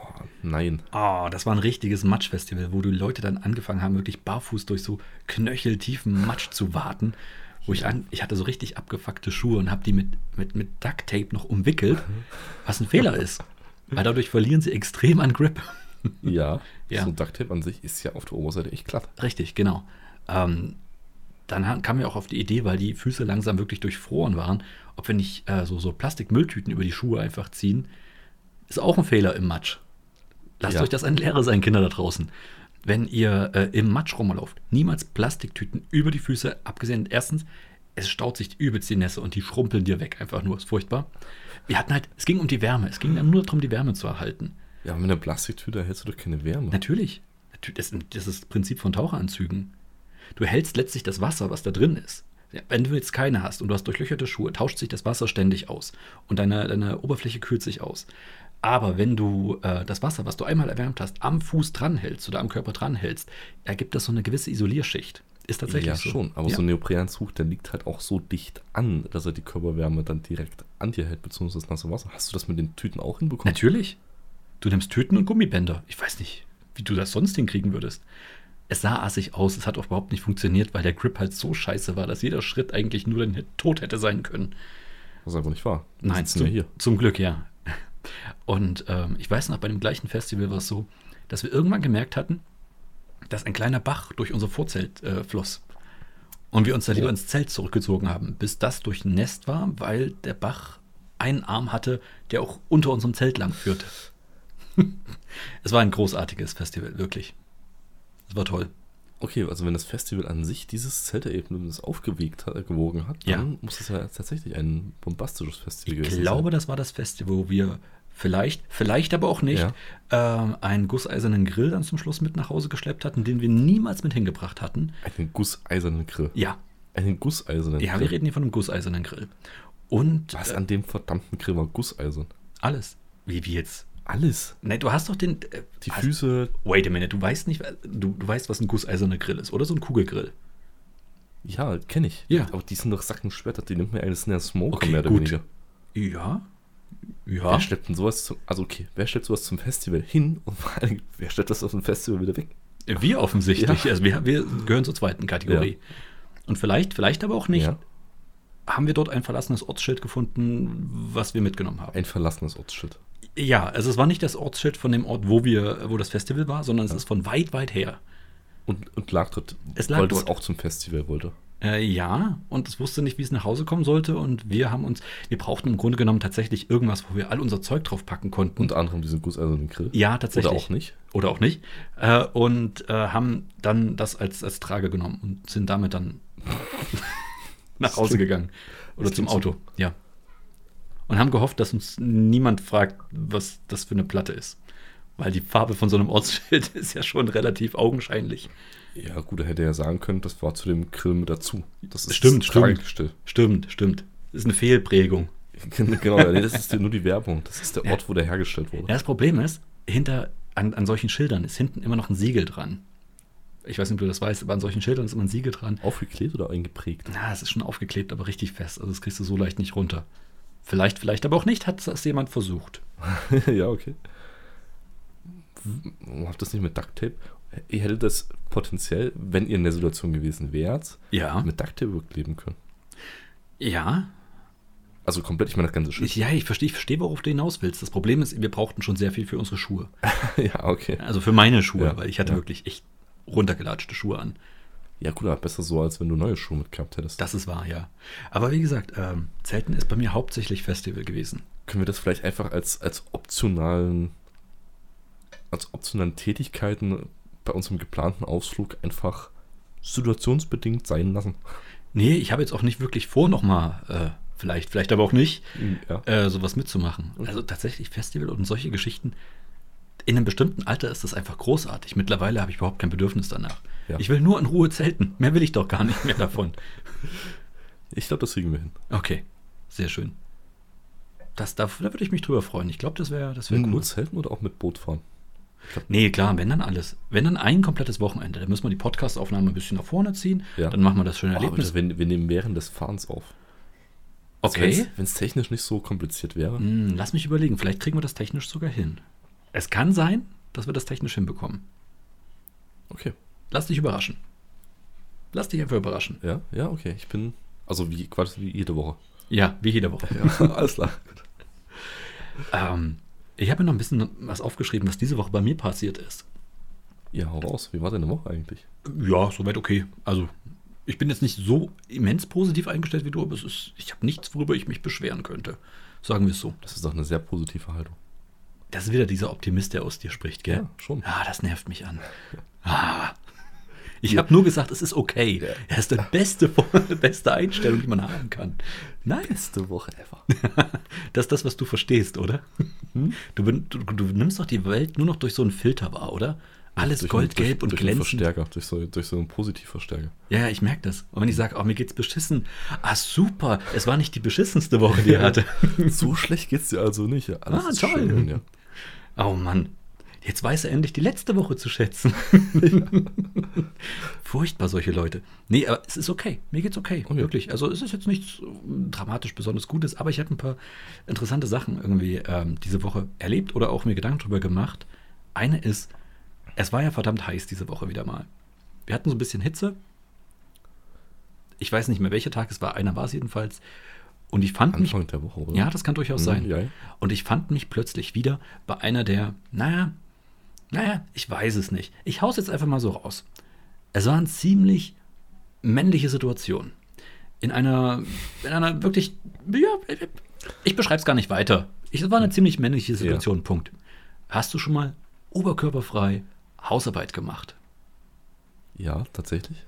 Speaker 2: nein.
Speaker 1: Oh, das war ein richtiges Matschfestival, wo die Leute dann angefangen haben, wirklich barfuß durch so knöcheltiefen Matsch zu warten. Wo ich an, ich hatte so richtig abgefuckte Schuhe und habe die mit, mit, mit Duct Tape noch umwickelt, was ein Fehler ist. Weil dadurch verlieren sie extrem an Grip.
Speaker 2: Ja,
Speaker 1: Ja.
Speaker 2: so ein Ducktape an sich ist ja auf der Oberseite echt glatt.
Speaker 1: Richtig, genau. Ähm, dann ha- kam mir auch auf die Idee, weil die Füße langsam wirklich durchfroren waren, ob wir nicht äh, so, so Plastikmülltüten über die Schuhe einfach ziehen. Ist auch ein Fehler im Matsch. Lasst
Speaker 2: Ja.
Speaker 1: euch das eine Lehre sein, Kinder da draußen. Wenn ihr äh, im Matsch rumlauft, niemals Plastiktüten über die Füße, abgesehen erstens, es staut sich übelst die Nässe und die schrumpeln dir weg einfach nur. Ist furchtbar. Wir hatten halt, es ging um die Wärme. Es ging dann nur darum, die Wärme zu erhalten.
Speaker 2: Ja, mit einer Plastiktüte erhältst du doch keine Wärme.
Speaker 1: Natürlich. Natü- Das, das ist das Prinzip von Taucheranzügen. Du hältst letztlich das Wasser, was da drin ist. Ja, Wenn du jetzt keine hast und du hast durchlöcherte Schuhe, tauscht sich das Wasser ständig aus und deine, deine Oberfläche kühlt sich aus. Aber wenn du äh, das Wasser, was du einmal erwärmt hast, am Fuß dranhältst oder am Körper dranhältst, ergibt das so eine gewisse Isolierschicht. Ist tatsächlich
Speaker 2: ja,
Speaker 1: so.
Speaker 2: schon. Aber
Speaker 1: ja.
Speaker 2: so ein Neoprenanzug, der liegt halt auch so dicht an, dass er die Körperwärme dann direkt an dir hält, beziehungsweise das nasse Wasser. Hast du das mit den Tüten auch hinbekommen?
Speaker 1: Natürlich. Du nimmst Tüten und Gummibänder. Ich weiß nicht, wie du das sonst hinkriegen würdest. Es sah assig aus, es hat auch überhaupt nicht funktioniert, weil der Grip halt so scheiße war, dass jeder Schritt eigentlich nur dein Tod hätte sein können.
Speaker 2: Was aber nicht wahr. Wir
Speaker 1: Nein,
Speaker 2: sitzen
Speaker 1: zum,
Speaker 2: ja hier.
Speaker 1: zum Glück, ja. Und ähm, ich weiß noch, bei dem gleichen Festival war es so, dass wir irgendwann gemerkt hatten, dass ein kleiner Bach durch unser Vorzelt äh, floss. Und wir uns dann lieber
Speaker 2: Oh.
Speaker 1: ins Zelt zurückgezogen haben, bis das durchnässt war, weil der Bach einen Arm hatte, der auch unter unserem Zelt lang führte. [laughs] es war ein großartiges Festival, wirklich. Es war toll.
Speaker 2: Okay, also wenn das Festival an sich dieses Zelterlebnis aufgewegt hat, äh, gewogen hat,
Speaker 1: Ja.
Speaker 2: dann muss es ja tatsächlich ein bombastisches Festival
Speaker 1: Ich
Speaker 2: gewesen
Speaker 1: glaube, das war das Festival, wo wir vielleicht, vielleicht aber auch nicht, ähm, einen gusseisernen Grill dann zum Schluss mit nach Hause geschleppt hatten, den wir niemals mit hingebracht hatten.
Speaker 2: sein. Einen gusseisernen Grill.
Speaker 1: Ja,
Speaker 2: Einen gusseisernen
Speaker 1: ja wir
Speaker 2: Grill.
Speaker 1: reden hier von einem gusseisernen Grill. Und
Speaker 2: Was
Speaker 1: äh,
Speaker 2: an dem verdammten Grill war gusseisern?
Speaker 1: alles. Wie, wie jetzt?
Speaker 2: Alles.
Speaker 1: Nein, du hast doch den. Äh,
Speaker 2: Die
Speaker 1: hast-
Speaker 2: Füße,
Speaker 1: Wait a minute, du weißt nicht, du, du weißt, was ein gusseiserner Grill ist, oder so ein Kugelgrill.
Speaker 2: ja, kenne ich.
Speaker 1: Ja.
Speaker 2: Aber die sind doch sackenschwerter, die nimmt mir alles in der Smoker
Speaker 1: Okay,
Speaker 2: mehr oder
Speaker 1: gut.
Speaker 2: weniger.
Speaker 1: Ja.
Speaker 2: Wer
Speaker 1: Ja.
Speaker 2: schleppt denn sowas zum, also okay, wer schleppt sowas zum Festival hin und vor allem, wer schleppt das auf dem Festival wieder weg?
Speaker 1: Wir offensichtlich.
Speaker 2: Ja.
Speaker 1: Also wir, wir gehören zur zweiten Kategorie. Und vielleicht, vielleicht aber auch nicht,
Speaker 2: Ja,
Speaker 1: haben wir dort ein verlassenes Ortsschild gefunden, was wir mitgenommen haben.
Speaker 2: ein verlassenes Ortsschild.
Speaker 1: Ja, also es war nicht das Ortsschild von dem Ort, wo wir, wo das Festival war, sondern es ist von weit, weit her.
Speaker 2: Und, und lag dort,
Speaker 1: Es lag
Speaker 2: weil
Speaker 1: dort.
Speaker 2: es auch zum Festival wollte.
Speaker 1: Äh, ja, und es wusste nicht, wie es nach Hause kommen sollte. Und wir haben uns, wir brauchten im Grunde genommen tatsächlich irgendwas, wo wir all unser Zeug drauf packen konnten.
Speaker 2: Unter anderem diesen gusseisernen Grill.
Speaker 1: ja, tatsächlich.
Speaker 2: Oder auch nicht.
Speaker 1: Oder auch nicht. Äh, und äh, haben dann das als, als Trage genommen und sind damit dann [laughs] nach
Speaker 2: Das
Speaker 1: Hause
Speaker 2: klingt-
Speaker 1: gegangen. Oder
Speaker 2: das
Speaker 1: zum
Speaker 2: klingt so.
Speaker 1: Auto, ja. Und haben gehofft, dass uns niemand fragt, was das für eine Platte ist. Weil die Farbe von so einem Ortsschild [laughs] ist ja schon relativ augenscheinlich.
Speaker 2: Ja, gut, da hätte er ja sagen können, das war zu dem Grill mit dazu. Das ist
Speaker 1: Stimmt,
Speaker 2: das
Speaker 1: stimmt.
Speaker 2: Tragegestell.
Speaker 1: Stimmt, stimmt. Das ist eine Fehlprägung.
Speaker 2: [laughs] genau, nee, das ist nur die Werbung. Das ist der Ort, wo der hergestellt wurde.
Speaker 1: Ja, das Problem ist, hinter, an, an solchen Schildern ist hinten immer noch ein Siegel dran. Ich weiß nicht, ob du das weißt, aber an solchen Schildern ist immer ein Siegel dran.
Speaker 2: Aufgeklebt oder eingeprägt?
Speaker 1: Na, es ist schon aufgeklebt, aber richtig fest. Also das kriegst du so leicht nicht runter. Vielleicht, vielleicht aber auch nicht, hat das jemand versucht.
Speaker 2: [laughs] ja, okay. W- Habt das nicht mit Duct Tape? Ihr hättet das potenziell, wenn ihr in der Situation gewesen wärt,
Speaker 1: Ja.
Speaker 2: mit Duct Tape überkleben können.
Speaker 1: Ja.
Speaker 2: Also komplett, ich meine das ganze Schild.
Speaker 1: Ich, ja, ich verstehe, ich verstehe, worauf du hinaus willst. Das Problem ist, wir brauchten schon sehr viel für unsere Schuhe.
Speaker 2: [laughs] ja, okay.
Speaker 1: Also für meine Schuhe,
Speaker 2: Ja,
Speaker 1: weil ich hatte
Speaker 2: ja.
Speaker 1: wirklich echt runtergelatschte Schuhe an.
Speaker 2: Ja, gut, aber besser so, als wenn du neue Schuhe mitgehabt hättest.
Speaker 1: Das ist wahr, ja. Aber wie gesagt, ähm, Zelten ist bei mir hauptsächlich Festival gewesen.
Speaker 2: Können wir das vielleicht einfach als, als optionalen, als optionalen Tätigkeiten bei unserem geplanten Ausflug einfach situationsbedingt sein lassen?
Speaker 1: Nee, ich habe jetzt auch nicht wirklich vor, nochmal, äh, vielleicht, vielleicht aber auch nicht,
Speaker 2: Ja.
Speaker 1: äh, sowas mitzumachen. Also tatsächlich Festival und solche Geschichten. In einem bestimmten Alter ist das einfach großartig. Mittlerweile habe ich überhaupt kein Bedürfnis danach.
Speaker 2: Ja.
Speaker 1: Ich will nur in Ruhe zelten. Mehr will ich doch gar nicht mehr davon.
Speaker 2: [laughs] Ich glaube, das kriegen wir hin.
Speaker 1: Okay, sehr schön. Das, da, da würde ich mich drüber freuen. Ich glaube, das wäre das wär
Speaker 2: Nur
Speaker 1: cool.
Speaker 2: Zelten oder auch mit Boot fahren?
Speaker 1: Nee, klar, wenn dann alles. Wenn dann ein komplettes Wochenende. Dann müssen wir die Podcast-Aufnahme ein bisschen nach vorne ziehen.
Speaker 2: Ja.
Speaker 1: Dann machen wir das schöne
Speaker 2: Oh, aber
Speaker 1: Erlebnis.
Speaker 2: das, wir, wir nehmen während des Fahrens auf.
Speaker 1: okay.
Speaker 2: Wenn es technisch nicht so kompliziert wäre.
Speaker 1: Hm, lass mich überlegen. Vielleicht kriegen wir das technisch sogar hin. Es kann sein, dass wir das technisch hinbekommen.
Speaker 2: Okay.
Speaker 1: Lass dich überraschen. Lass dich einfach überraschen.
Speaker 2: Ja, ja, okay. Ich bin. Also wie quasi wie jede Woche.
Speaker 1: Ja, [laughs] wie jede Woche.
Speaker 2: alles klar.
Speaker 1: Ähm, ich habe mir noch ein bisschen was aufgeschrieben, was diese Woche bei mir passiert ist.
Speaker 2: Ja, hau raus. Wie war deine Woche eigentlich?
Speaker 1: Ja, soweit okay. Also, ich bin jetzt nicht so immens positiv eingestellt wie du, aber es ist, ich habe nichts, worüber ich mich beschweren könnte. Sagen wir es so.
Speaker 2: Das ist doch eine sehr positive Haltung.
Speaker 1: Das ist wieder dieser Optimist, der aus dir spricht, gell?
Speaker 2: Ja, schon.
Speaker 1: Ah, das nervt mich [laughs] an. Ah. Ich habe nur gesagt, es ist okay. Das ist die beste, [laughs] beste Einstellung, die man haben kann. Nein.
Speaker 2: Beste Woche ever.
Speaker 1: [laughs] Das ist das, was du verstehst, oder?
Speaker 2: Hm?
Speaker 1: Du, ben- du, du nimmst doch die Welt nur noch durch so einen Filter wahr, oder? Alles
Speaker 2: Durch einen-
Speaker 1: goldgelb
Speaker 2: durch,
Speaker 1: und
Speaker 2: durch Einen
Speaker 1: glänzend.
Speaker 2: Verstärker, durch so, durch so einen Positivverstärker.
Speaker 1: Ja, ja, ich merke das. Und wenn ich sage, oh, mir geht's beschissen. Ah, super. Es war nicht die beschissenste Woche, die er
Speaker 2: [laughs]
Speaker 1: hatte.
Speaker 2: so schlecht geht's dir also nicht. Ja,
Speaker 1: Ah,
Speaker 2: ist
Speaker 1: toll.
Speaker 2: schön, ja.
Speaker 1: Oh Mann. Jetzt weiß er endlich die letzte Woche zu [laughs] schätzen. Furchtbar, solche Leute. Nee, aber es ist okay. Mir geht's okay.
Speaker 2: Okay.
Speaker 1: Wirklich. Also, es ist jetzt nichts ähm, dramatisch besonders Gutes, aber ich habe ein paar interessante Sachen irgendwie ähm, diese Woche erlebt oder auch mir Gedanken drüber gemacht. Eine ist, es war ja verdammt heiß diese Woche wieder mal. Wir hatten so ein bisschen Hitze. Ich weiß nicht mehr, welcher Tag es war. Einer war es jedenfalls. Und ich fand mich
Speaker 2: Anfang der Woche, oder?
Speaker 1: ja, das kann durchaus
Speaker 2: Mhm,
Speaker 1: sein.
Speaker 2: ja.
Speaker 1: Und ich fand mich plötzlich wieder bei einer der, naja, Naja, ich weiß es nicht. Ich hau's jetzt einfach mal so raus. Es waren ziemlich männliche Situationen. In einer, in einer wirklich, ja, ich beschreib's gar nicht weiter. Ich- Es war eine ziemlich männliche Situation, Punkt. Hast du schon mal oberkörperfrei Hausarbeit gemacht?
Speaker 2: Ja, tatsächlich.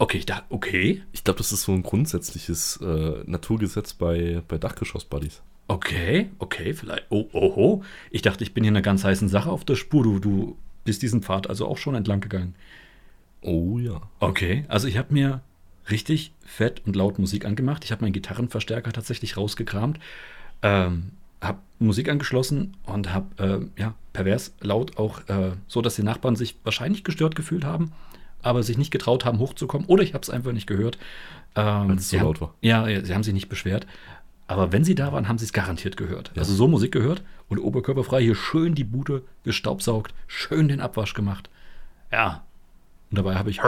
Speaker 1: Okay, ich dachte, okay,
Speaker 2: Ich glaube, das ist so ein grundsätzliches äh, Naturgesetz bei, bei Dachgeschoss-Buddies.
Speaker 1: okay, okay, vielleicht, oh, oh, oh. Ich dachte, ich bin hier einer ganz heißen Sache auf der Spur. Du, du bist diesen Pfad also auch schon entlang gegangen.
Speaker 2: Oh ja.
Speaker 1: Okay, also ich habe mir richtig fett und laut Musik angemacht. Ich habe meinen Gitarrenverstärker tatsächlich rausgekramt, ähm, habe Musik angeschlossen und habe ähm, ja pervers laut auch äh, so, dass die Nachbarn sich wahrscheinlich gestört gefühlt haben, aber sich nicht getraut haben hochzukommen oder ich habe es einfach nicht gehört. Ähm,
Speaker 2: Weil's zu
Speaker 1: sie
Speaker 2: laut
Speaker 1: haben,
Speaker 2: war.
Speaker 1: Ja, ja, sie haben sich nicht beschwert. Aber wenn sie da waren, haben sie es garantiert gehört. Also so Musik gehört und oberkörperfrei hier schön die Bude gestaubsaugt, schön den Abwasch gemacht. Ja, und dabei habe ich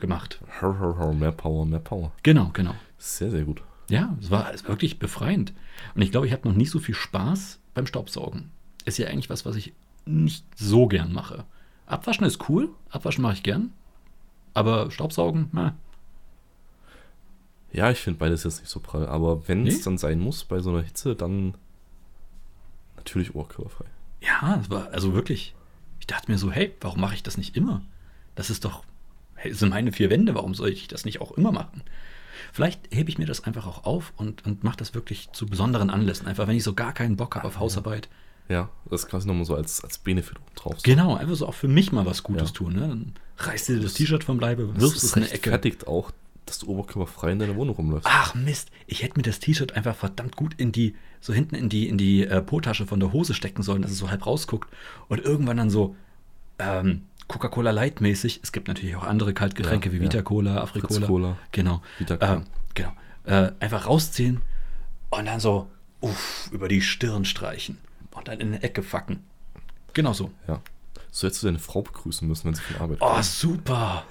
Speaker 1: gemacht.
Speaker 2: Hör, hör, hör, mehr Power, mehr Power.
Speaker 1: Genau, genau.
Speaker 2: Sehr, sehr gut.
Speaker 1: Ja, es war es war wirklich befreiend. Und ich glaube, ich habe noch nie so viel Spaß beim Staubsaugen. Ist ja eigentlich was, was ich nicht so gern mache. Abwaschen ist cool, Abwaschen mache ich gern. Aber Staubsaugen, na,
Speaker 2: Ja, ich finde beides jetzt nicht so prall, aber wenn es
Speaker 1: Nee?
Speaker 2: dann sein muss bei so einer Hitze, dann natürlich oberkörperfrei.
Speaker 1: ja, es war also wirklich. Ich dachte mir so, hey, warum mache ich das nicht immer? Das ist doch, hey, das sind meine vier Wände, warum soll ich das nicht auch immer machen? Vielleicht hebe ich mir das einfach auch auf und, und mache das wirklich zu besonderen Anlässen. Einfach, wenn ich so gar keinen Bock habe auf Hausarbeit,
Speaker 2: Ja, das ist quasi nochmal so als, als Benefit oben drauf.
Speaker 1: Genau, einfach so auch für mich mal was Gutes
Speaker 2: Ja.
Speaker 1: tun. Ne? Dann reißt dir das T-Shirt vom Leibe,
Speaker 2: Das
Speaker 1: wirfst es
Speaker 2: ist
Speaker 1: in eine Ecke.
Speaker 2: rechtfertigt auch, dass du oberkörperfrei in deiner Wohnung rumläufst.
Speaker 1: Ach Mist, ich hätte mir das T-Shirt einfach verdammt gut in die, so hinten in die, in die äh, Po-Tasche von der Hose stecken sollen, dass es so halb rausguckt. Und irgendwann dann so ähm, Coca-Cola Light-mäßig. Es gibt natürlich auch andere Kaltgetränke
Speaker 2: Ja,
Speaker 1: wie
Speaker 2: ja.
Speaker 1: Vita-Cola, Afri-Cola.
Speaker 2: Fritz-Cola.
Speaker 1: Genau.
Speaker 2: Vita-Cola.
Speaker 1: Ähm, genau. Äh, einfach rausziehen und dann so, uff, über die Stirn streichen. Und dann in eine Ecke facken. Genau so.
Speaker 2: Ja. So hättest du deine Frau begrüßen müssen, wenn sie von Arbeit
Speaker 1: Oh, super.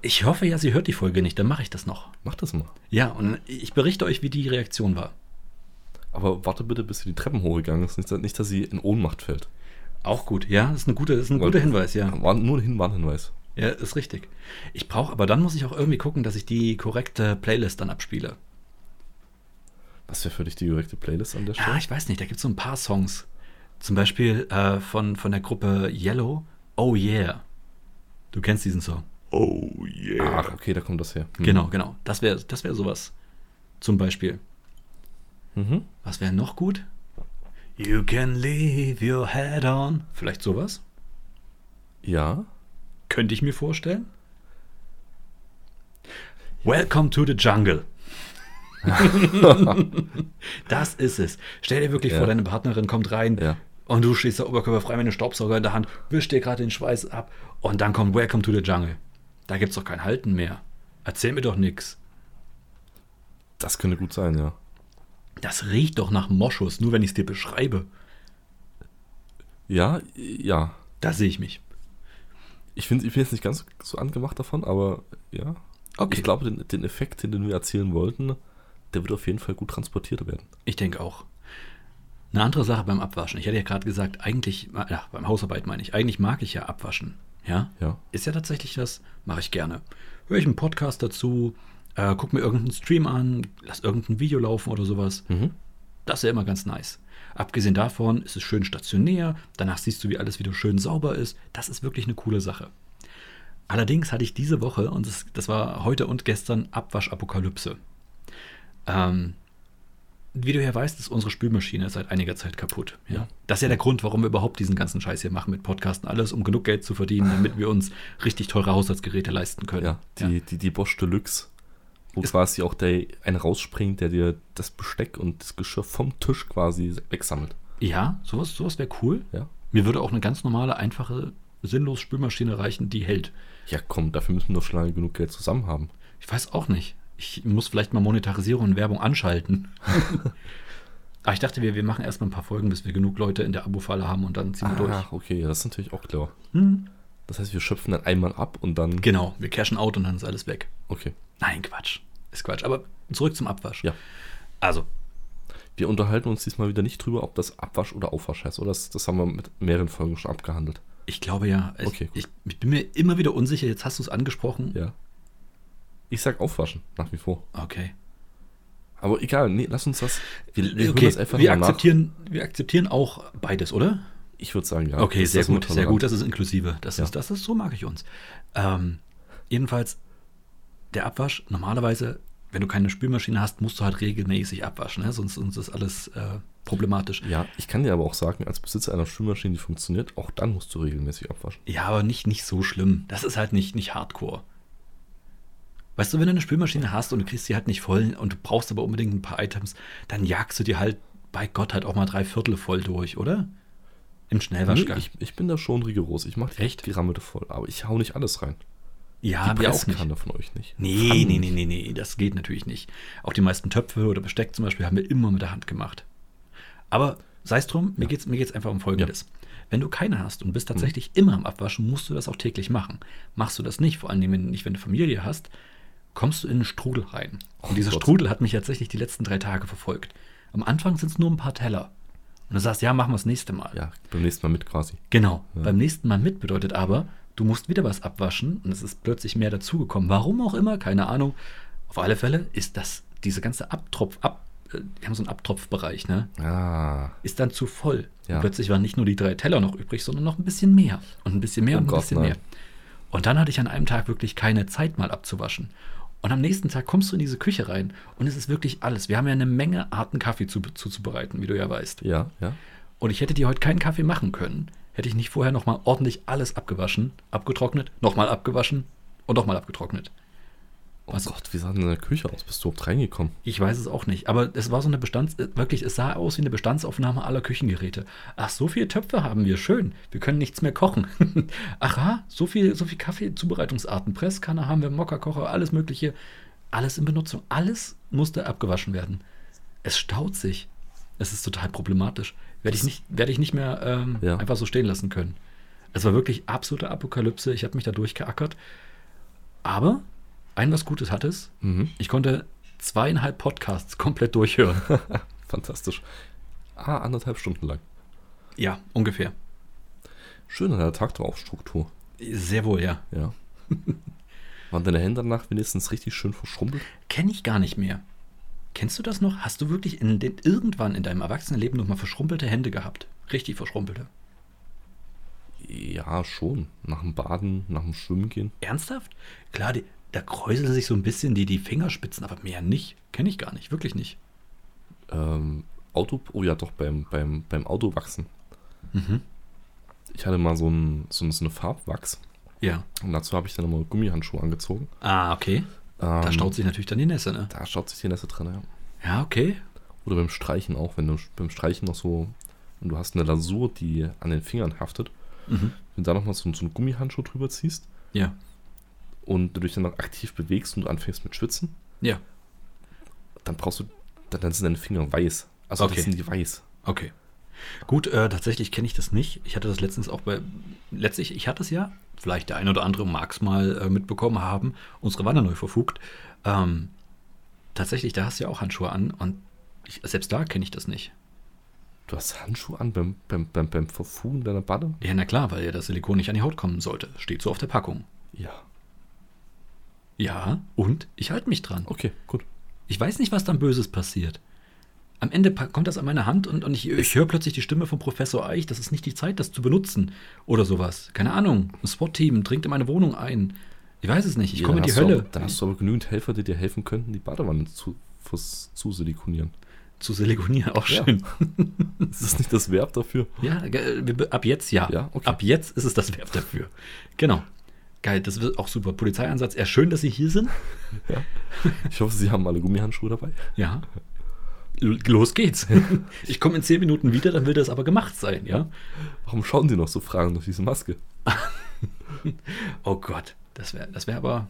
Speaker 1: Ich hoffe ja, sie hört die Folge nicht, dann mache ich das noch.
Speaker 2: Mach das mal.
Speaker 1: Ja, und ich berichte euch, wie die Reaktion war.
Speaker 2: Aber warte bitte, bis sie die Treppen hochgegangen ist. Nicht, nicht dass sie in Ohnmacht fällt.
Speaker 1: Auch gut, ja, ist, eine gute, ist ein guter Hinweis, ja.
Speaker 2: War nur ein Warnhinweis.
Speaker 1: Ja, ist richtig. Ich brauche, aber dann muss ich auch irgendwie gucken, dass ich die korrekte Playlist dann abspiele.
Speaker 2: Was wäre für dich die direkte Playlist an der Stelle?
Speaker 1: Ja, Ah, ich weiß nicht, da gibt es so ein paar Songs. Zum Beispiel äh, von, von der Gruppe Yellow, Oh Yeah. Du kennst diesen Song. Oh Yeah.
Speaker 2: Ach, okay, da kommt das her. Hm.
Speaker 1: Genau, genau. Das wäre das wär sowas. Zum Beispiel.
Speaker 2: Mhm.
Speaker 1: Was wäre noch gut? You can leave your head on. Vielleicht sowas?
Speaker 2: Ja.
Speaker 1: Könnte ich mir vorstellen. Welcome to the
Speaker 2: [laughs]
Speaker 1: jungle. das ist es. Stell dir wirklich
Speaker 2: Ja.
Speaker 1: vor, deine Partnerin kommt rein
Speaker 2: Ja.
Speaker 1: und du stehst da oberkörperfrei mit einem Staubsauger in der Hand, wischst dir gerade den Schweiß ab und dann kommt Welcome to the jungle. Da gibt's doch kein Halten mehr. Erzähl mir doch nix.
Speaker 2: Das könnte gut sein, ja.
Speaker 1: Das riecht doch nach Moschus, nur wenn ich es dir beschreibe.
Speaker 2: Ja, ja.
Speaker 1: Da sehe ich mich.
Speaker 2: Ich, find, ich bin jetzt nicht ganz so angemacht davon, aber ja.
Speaker 1: Okay.
Speaker 2: Ich glaube, den, den Effekt, den wir erzielen wollten, der wird auf jeden Fall gut transportiert werden.
Speaker 1: Ich denke auch. Eine andere Sache beim Abwaschen. Ich hatte ja gerade gesagt, eigentlich, ach, beim Hausarbeit meine ich, eigentlich mag ich ja abwaschen. Ja?
Speaker 2: Ja.
Speaker 1: Ist ja tatsächlich das, mache ich gerne. Höre ich einen Podcast dazu, äh, guck mir irgendeinen Stream an, lass irgendein Video laufen oder sowas.
Speaker 2: Mhm.
Speaker 1: Das ist ja immer ganz nice. Abgesehen davon ist es schön stationär, danach siehst du, wie alles wieder schön sauber ist. Das ist wirklich eine coole Sache. Allerdings hatte ich diese Woche, und das, das war heute und gestern, Abwaschapokalypse. Ähm, wie du ja weißt, ist unsere Spülmaschine seit einiger Zeit kaputt. Ja?
Speaker 2: Ja.
Speaker 1: Das ist ja der Grund, warum wir überhaupt diesen ganzen Scheiß hier machen mit Podcasten. Alles, um genug Geld zu verdienen, damit wir uns richtig teure Haushaltsgeräte leisten können.
Speaker 2: Ja, die, Die, die Bosch Deluxe, wo
Speaker 1: Ist-
Speaker 2: quasi auch der ein rausspringt, der dir das Besteck und das Geschirr vom Tisch quasi wegsammelt.
Speaker 1: Ja, sowas, sowas wäre cool.
Speaker 2: Ja.
Speaker 1: Mir würde auch eine ganz normale, einfache, sinnlos Spülmaschine reichen, die hält.
Speaker 2: Ja, komm, dafür müssen wir doch schon lange genug Geld zusammen haben.
Speaker 1: Ich weiß auch nicht. Ich muss vielleicht mal Monetarisierung und Werbung
Speaker 2: [laughs]
Speaker 1: anschalten. Aber ich dachte, wir, wir machen erstmal ein paar Folgen, bis wir genug Leute in der Abo-Falle haben und dann ziehen wir durch.
Speaker 2: Ach, okay, ja, das ist natürlich auch clever.
Speaker 1: Ah. Hm.
Speaker 2: Das heißt, wir schöpfen dann einmal ab und dann.
Speaker 1: Genau, wir cashen out und dann ist alles weg.
Speaker 2: Okay.
Speaker 1: Nein, Quatsch. Ist Quatsch. Aber zurück zum Abwasch.
Speaker 2: Ja.
Speaker 1: Also,
Speaker 2: Wir unterhalten uns diesmal wieder nicht drüber, ob das Abwasch oder Aufwasch heißt, oder? Das, das haben wir mit mehreren Folgen schon abgehandelt.
Speaker 1: Ich glaube ja. Ich,
Speaker 2: Okay, gut.
Speaker 1: ich, ich bin mir immer wieder unsicher. Jetzt hast du es angesprochen.
Speaker 2: Ja. Ich sag aufwaschen, nach wie vor.
Speaker 1: Okay.
Speaker 2: Aber egal, nee, lass uns das. Wir, wir hören
Speaker 1: okay.
Speaker 2: das einfach
Speaker 1: wir,
Speaker 2: mal nach.
Speaker 1: akzeptieren, wir akzeptieren auch beides, oder?
Speaker 2: Ich würde sagen, ja.
Speaker 1: Okay,
Speaker 2: das
Speaker 1: sehr
Speaker 2: lassen wir
Speaker 1: gut, sehr
Speaker 2: tolerant.
Speaker 1: gut. Das ist inklusive. Das
Speaker 2: Ja.
Speaker 1: ist, das ist, so mag ich uns. Ähm, jedenfalls, der Abwasch, normalerweise, wenn du keine Spülmaschine hast, musst du halt regelmäßig abwaschen, ne? sonst, sonst ist alles äh, problematisch.
Speaker 2: Ja, ich kann dir aber auch sagen, als Besitzer einer Spülmaschine, die funktioniert, auch dann musst du regelmäßig abwaschen.
Speaker 1: Ja, aber nicht, nicht so schlimm. Das ist halt nicht, nicht hardcore. Weißt du, wenn du eine Spülmaschine hast und du kriegst sie halt nicht voll und du brauchst aber unbedingt ein paar Items, dann jagst du dir halt bei Gott halt auch mal drei Viertel voll durch, oder? Im
Speaker 2: Nee,
Speaker 1: Schnellwaschgang.
Speaker 2: Hm, ich, ich bin da schon rigoros. Ich mache die
Speaker 1: Echt?
Speaker 2: gerammelte voll, aber ich hau nicht alles rein.
Speaker 1: ja,
Speaker 2: die
Speaker 1: wir auch nicht.
Speaker 2: Presskanne von euch nicht.
Speaker 1: Nee, nee, nee, nee, nee, das geht natürlich nicht. Auch die meisten Töpfe oder Besteck zum Beispiel haben wir immer mit der Hand gemacht. Aber sei es drum, mir
Speaker 2: Ja. Mhm.
Speaker 1: geht's mir geht's einfach um Folgendes. Wenn du keine hast und bist tatsächlich immer am Abwaschen, musst du das auch täglich machen. Machst du das nicht, vor allen Dingen wenn- nicht, wenn du Familie hast, kommst du in einen Strudel rein. Und
Speaker 2: Oh
Speaker 1: dieser
Speaker 2: Gott.
Speaker 1: Strudel hat mich tatsächlich die letzten drei Tage verfolgt. Am Anfang sind es nur ein paar Teller. Und du sagst, ja, machen wir das nächste Mal.
Speaker 2: Ja, beim nächsten Mal mit quasi.
Speaker 1: Genau. Beim nächsten Mal mit bedeutet aber, du musst wieder was abwaschen und es ist plötzlich mehr dazugekommen. Warum auch immer, keine Ahnung. Auf alle Fälle ist das, diese ganze Abtropf, ab, äh, wir haben so einen Abtropfbereich, ne?
Speaker 2: Ah.
Speaker 1: Ist dann zu voll.
Speaker 2: Ja.
Speaker 1: Und plötzlich waren nicht nur die drei Teller noch übrig, sondern noch ein bisschen mehr. Und ein bisschen mehr
Speaker 2: Oh
Speaker 1: und ein
Speaker 2: Gott,
Speaker 1: bisschen
Speaker 2: nein.
Speaker 1: mehr. Und dann hatte ich an einem Tag wirklich keine Zeit, mal abzuwaschen. Und am nächsten Tag kommst du in diese Küche rein und es ist wirklich alles. Wir haben ja eine Menge Arten Kaffee zu, zuzubereiten, wie du ja weißt.
Speaker 2: Ja, ja.
Speaker 1: Und ich hätte dir heute keinen Kaffee machen können, hätte ich nicht vorher nochmal ordentlich alles abgewaschen, abgetrocknet, nochmal abgewaschen und nochmal abgetrocknet.
Speaker 2: Oh
Speaker 1: Was-
Speaker 2: Gott, wie sah denn deine Küche aus? Bist du überhaupt reingekommen?
Speaker 1: Ich weiß es auch nicht, aber es war so eine Bestands... äh, Wirklich, es sah aus wie eine Bestandsaufnahme aller Küchengeräte. Ach, so viele Töpfe haben wir, schön. Wir können nichts mehr kochen. [laughs] Aha, so viel, so viel Kaffeezubereitungsarten. Presskanne haben wir, Mokkakocher, alles mögliche. Alles in Benutzung. Alles musste abgewaschen werden. Es staut sich. Es ist total problematisch. Werde ich nicht, werde ich nicht mehr ähm,
Speaker 2: Ja.
Speaker 1: einfach so stehen lassen können. Es war wirklich absolute Apokalypse. Ich habe mich da durchgeackert. Aber ein was Gutes hat es.
Speaker 2: Mhm.
Speaker 1: Ich konnte zweieinhalb Podcasts komplett durchhören.
Speaker 2: [laughs] Fantastisch. Ah, anderthalb Stunden lang.
Speaker 1: ja, ungefähr.
Speaker 2: Schön an der Tag drauf Struktur.
Speaker 1: Sehr wohl, ja. [laughs]
Speaker 2: Ja. Waren deine Hände danach wenigstens richtig schön verschrumpelt?
Speaker 1: Kenne ich gar nicht mehr. Kennst du das noch? Hast du wirklich in den, irgendwann in deinem Erwachsenenleben nochmal verschrumpelte Hände gehabt? Richtig verschrumpelte.
Speaker 2: Ja, schon. Nach dem Baden, nach dem Schwimmen gehen.
Speaker 1: Ernsthaft? Klar, die, da kräuseln sich so ein bisschen die, die Fingerspitzen, aber mehr nicht. Kenne ich gar nicht, wirklich nicht.
Speaker 2: Ähm, Auto, oh ja, doch, beim, beim, beim Autowachsen.
Speaker 1: Mhm.
Speaker 2: Ich hatte mal so, ein, so, ein- so eine Farbwachs
Speaker 1: Ja.
Speaker 2: und dazu habe ich dann nochmal Gummihandschuhe angezogen.
Speaker 1: Ah, okay.
Speaker 2: Ähm,
Speaker 1: Da staut sich natürlich dann die Nässe, ne?
Speaker 2: da staut sich die Nässe dran, ja.
Speaker 1: Ja, okay.
Speaker 2: Oder beim Streichen auch, wenn du beim Streichen noch so, und du hast eine Lasur, die an den Fingern haftet,
Speaker 1: Mhm.
Speaker 2: wenn du da nochmal so, so einen Gummihandschuh drüber ziehst
Speaker 1: Ja.
Speaker 2: und du dich dann noch aktiv bewegst und du anfängst mit Schwitzen,
Speaker 1: Ja.
Speaker 2: dann brauchst du, dann, dann sind deine Finger weiß. Also
Speaker 1: Okay.
Speaker 2: dann sind die weiß.
Speaker 1: Okay. Gut, äh, tatsächlich kenne ich das nicht. Ich hatte das letztens auch bei. Letztlich, ich hatte es ja, vielleicht der ein oder andere mag es mal äh, mitbekommen haben, unsere Wanne neu verfugt. Ähm, tatsächlich, da hast du ja auch Handschuhe an und ich, selbst da kenne ich das nicht.
Speaker 2: Du hast Handschuhe an beim, beim, beim, beim Verfugen deiner Bade?
Speaker 1: Ja, na klar, weil ja das Silikon nicht an die Haut kommen sollte. Steht so auf der Packung.
Speaker 2: Ja.
Speaker 1: Ja, und ich halte mich dran.
Speaker 2: Okay, gut.
Speaker 1: Ich weiß nicht, was dann Böses passiert. Am Ende pa- kommt das an meine Hand und, und ich, ich höre plötzlich die Stimme von Professor Eich, das ist nicht die Zeit, das zu benutzen oder sowas. Keine Ahnung. Ein SWAT-Team dringt in meine Wohnung ein. Ich weiß es nicht, ich
Speaker 2: Ja,
Speaker 1: komme in
Speaker 2: dann
Speaker 1: die
Speaker 2: hast du
Speaker 1: Hölle
Speaker 2: Aber, dann hast du aber genügend Helfer, die dir helfen könnten, die Badewanne zu, fürs, zu silikonieren.
Speaker 1: zu silikonieren. Auch
Speaker 2: Ja.
Speaker 1: schön.
Speaker 2: [laughs]
Speaker 1: [laughs]
Speaker 2: Ist das nicht das Verb dafür?
Speaker 1: Ja, ge- wir be- ab jetzt ja.
Speaker 2: Ja, okay.
Speaker 1: Ab jetzt ist es das Verb dafür. Genau. Geil, das wird auch super. Polizeieinsatz, eher schön, dass Sie hier sind.
Speaker 2: Ich hoffe, sie haben alle Gummihandschuhe dabei.
Speaker 1: Ja. L- Los geht's. [laughs] Ich komme in zehn Minuten wieder, dann will das aber gemacht sein, ja?
Speaker 2: Warum schauen die noch so Fragen durch diese Maske?
Speaker 1: Oh Gott, das wäre das wär aber.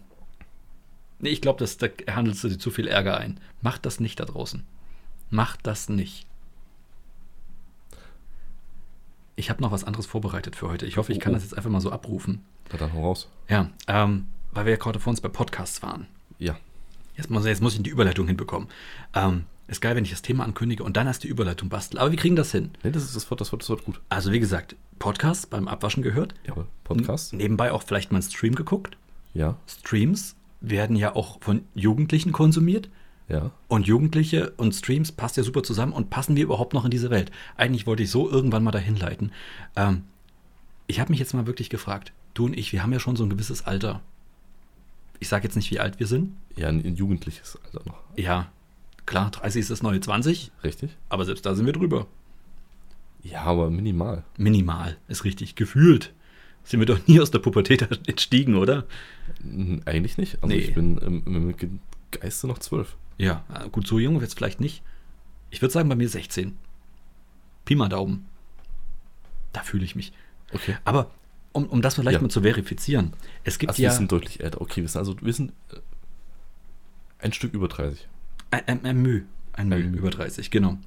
Speaker 1: Nee, ich glaube, da handelst du dir zu viel Ärger ein. Macht das nicht da draußen. Macht das nicht. Ich habe noch was anderes vorbereitet für heute. Ich hoffe, ich kann
Speaker 2: Oh, oh.
Speaker 1: das jetzt einfach mal so abrufen.
Speaker 2: Na dann hau raus.
Speaker 1: Ja, ähm, weil wir ja gerade vor uns bei Podcasts waren.
Speaker 2: Ja.
Speaker 1: Jetzt muss, jetzt muss ich die Überleitung hinbekommen. Ähm, Ist geil, wenn ich das Thema ankündige und dann erst die Überleitung bastel. Aber wir kriegen das hin.
Speaker 2: Nee, das, ist, das, wird, das, wird, das wird gut.
Speaker 1: Also wie gesagt, Podcast beim Abwaschen gehört.
Speaker 2: Jawohl. Podcast?
Speaker 1: N- Nebenbei auch vielleicht mal einen Stream geguckt.
Speaker 2: Ja,
Speaker 1: Streams werden ja auch von Jugendlichen konsumiert.
Speaker 2: ja.
Speaker 1: Und Jugendliche und Streams passt ja super zusammen und passen wir überhaupt noch in diese Welt? Eigentlich wollte ich so irgendwann mal dahin leiten. Ähm, ich habe mich jetzt mal wirklich gefragt, du und ich, wir haben ja schon so ein gewisses Alter. Ich sage jetzt nicht, wie alt wir sind.
Speaker 2: Ja, ein, ein jugendliches Alter noch.
Speaker 1: Ja, klar, 30 ist das neue 20,
Speaker 2: Richtig?
Speaker 1: aber selbst da sind wir drüber.
Speaker 2: Ja, aber minimal.
Speaker 1: Minimal, ist richtig, gefühlt. Sind wir doch nie aus der Pubertät [laughs] entstiegen, oder?
Speaker 2: N- Eigentlich nicht. Also
Speaker 1: Nee.
Speaker 2: ich bin im, im Ge- Geiste noch zwölf.
Speaker 1: Ja, äh, gut, so jung wird's vielleicht nicht. Ich würde sagen, bei mir 16. Pi mal Daumen. Da fühle ich mich.
Speaker 2: Okay.
Speaker 1: Aber um, um das vielleicht
Speaker 2: Ja.
Speaker 1: mal zu verifizieren, es gibt
Speaker 2: Also wir
Speaker 1: ja
Speaker 2: sind deutlich älter. Okay, wir sind also wir sind äh, ein Stück über 30.
Speaker 1: ein, ein, ein Mü, ein Mü
Speaker 2: Ein Mü.
Speaker 1: über 30, genau.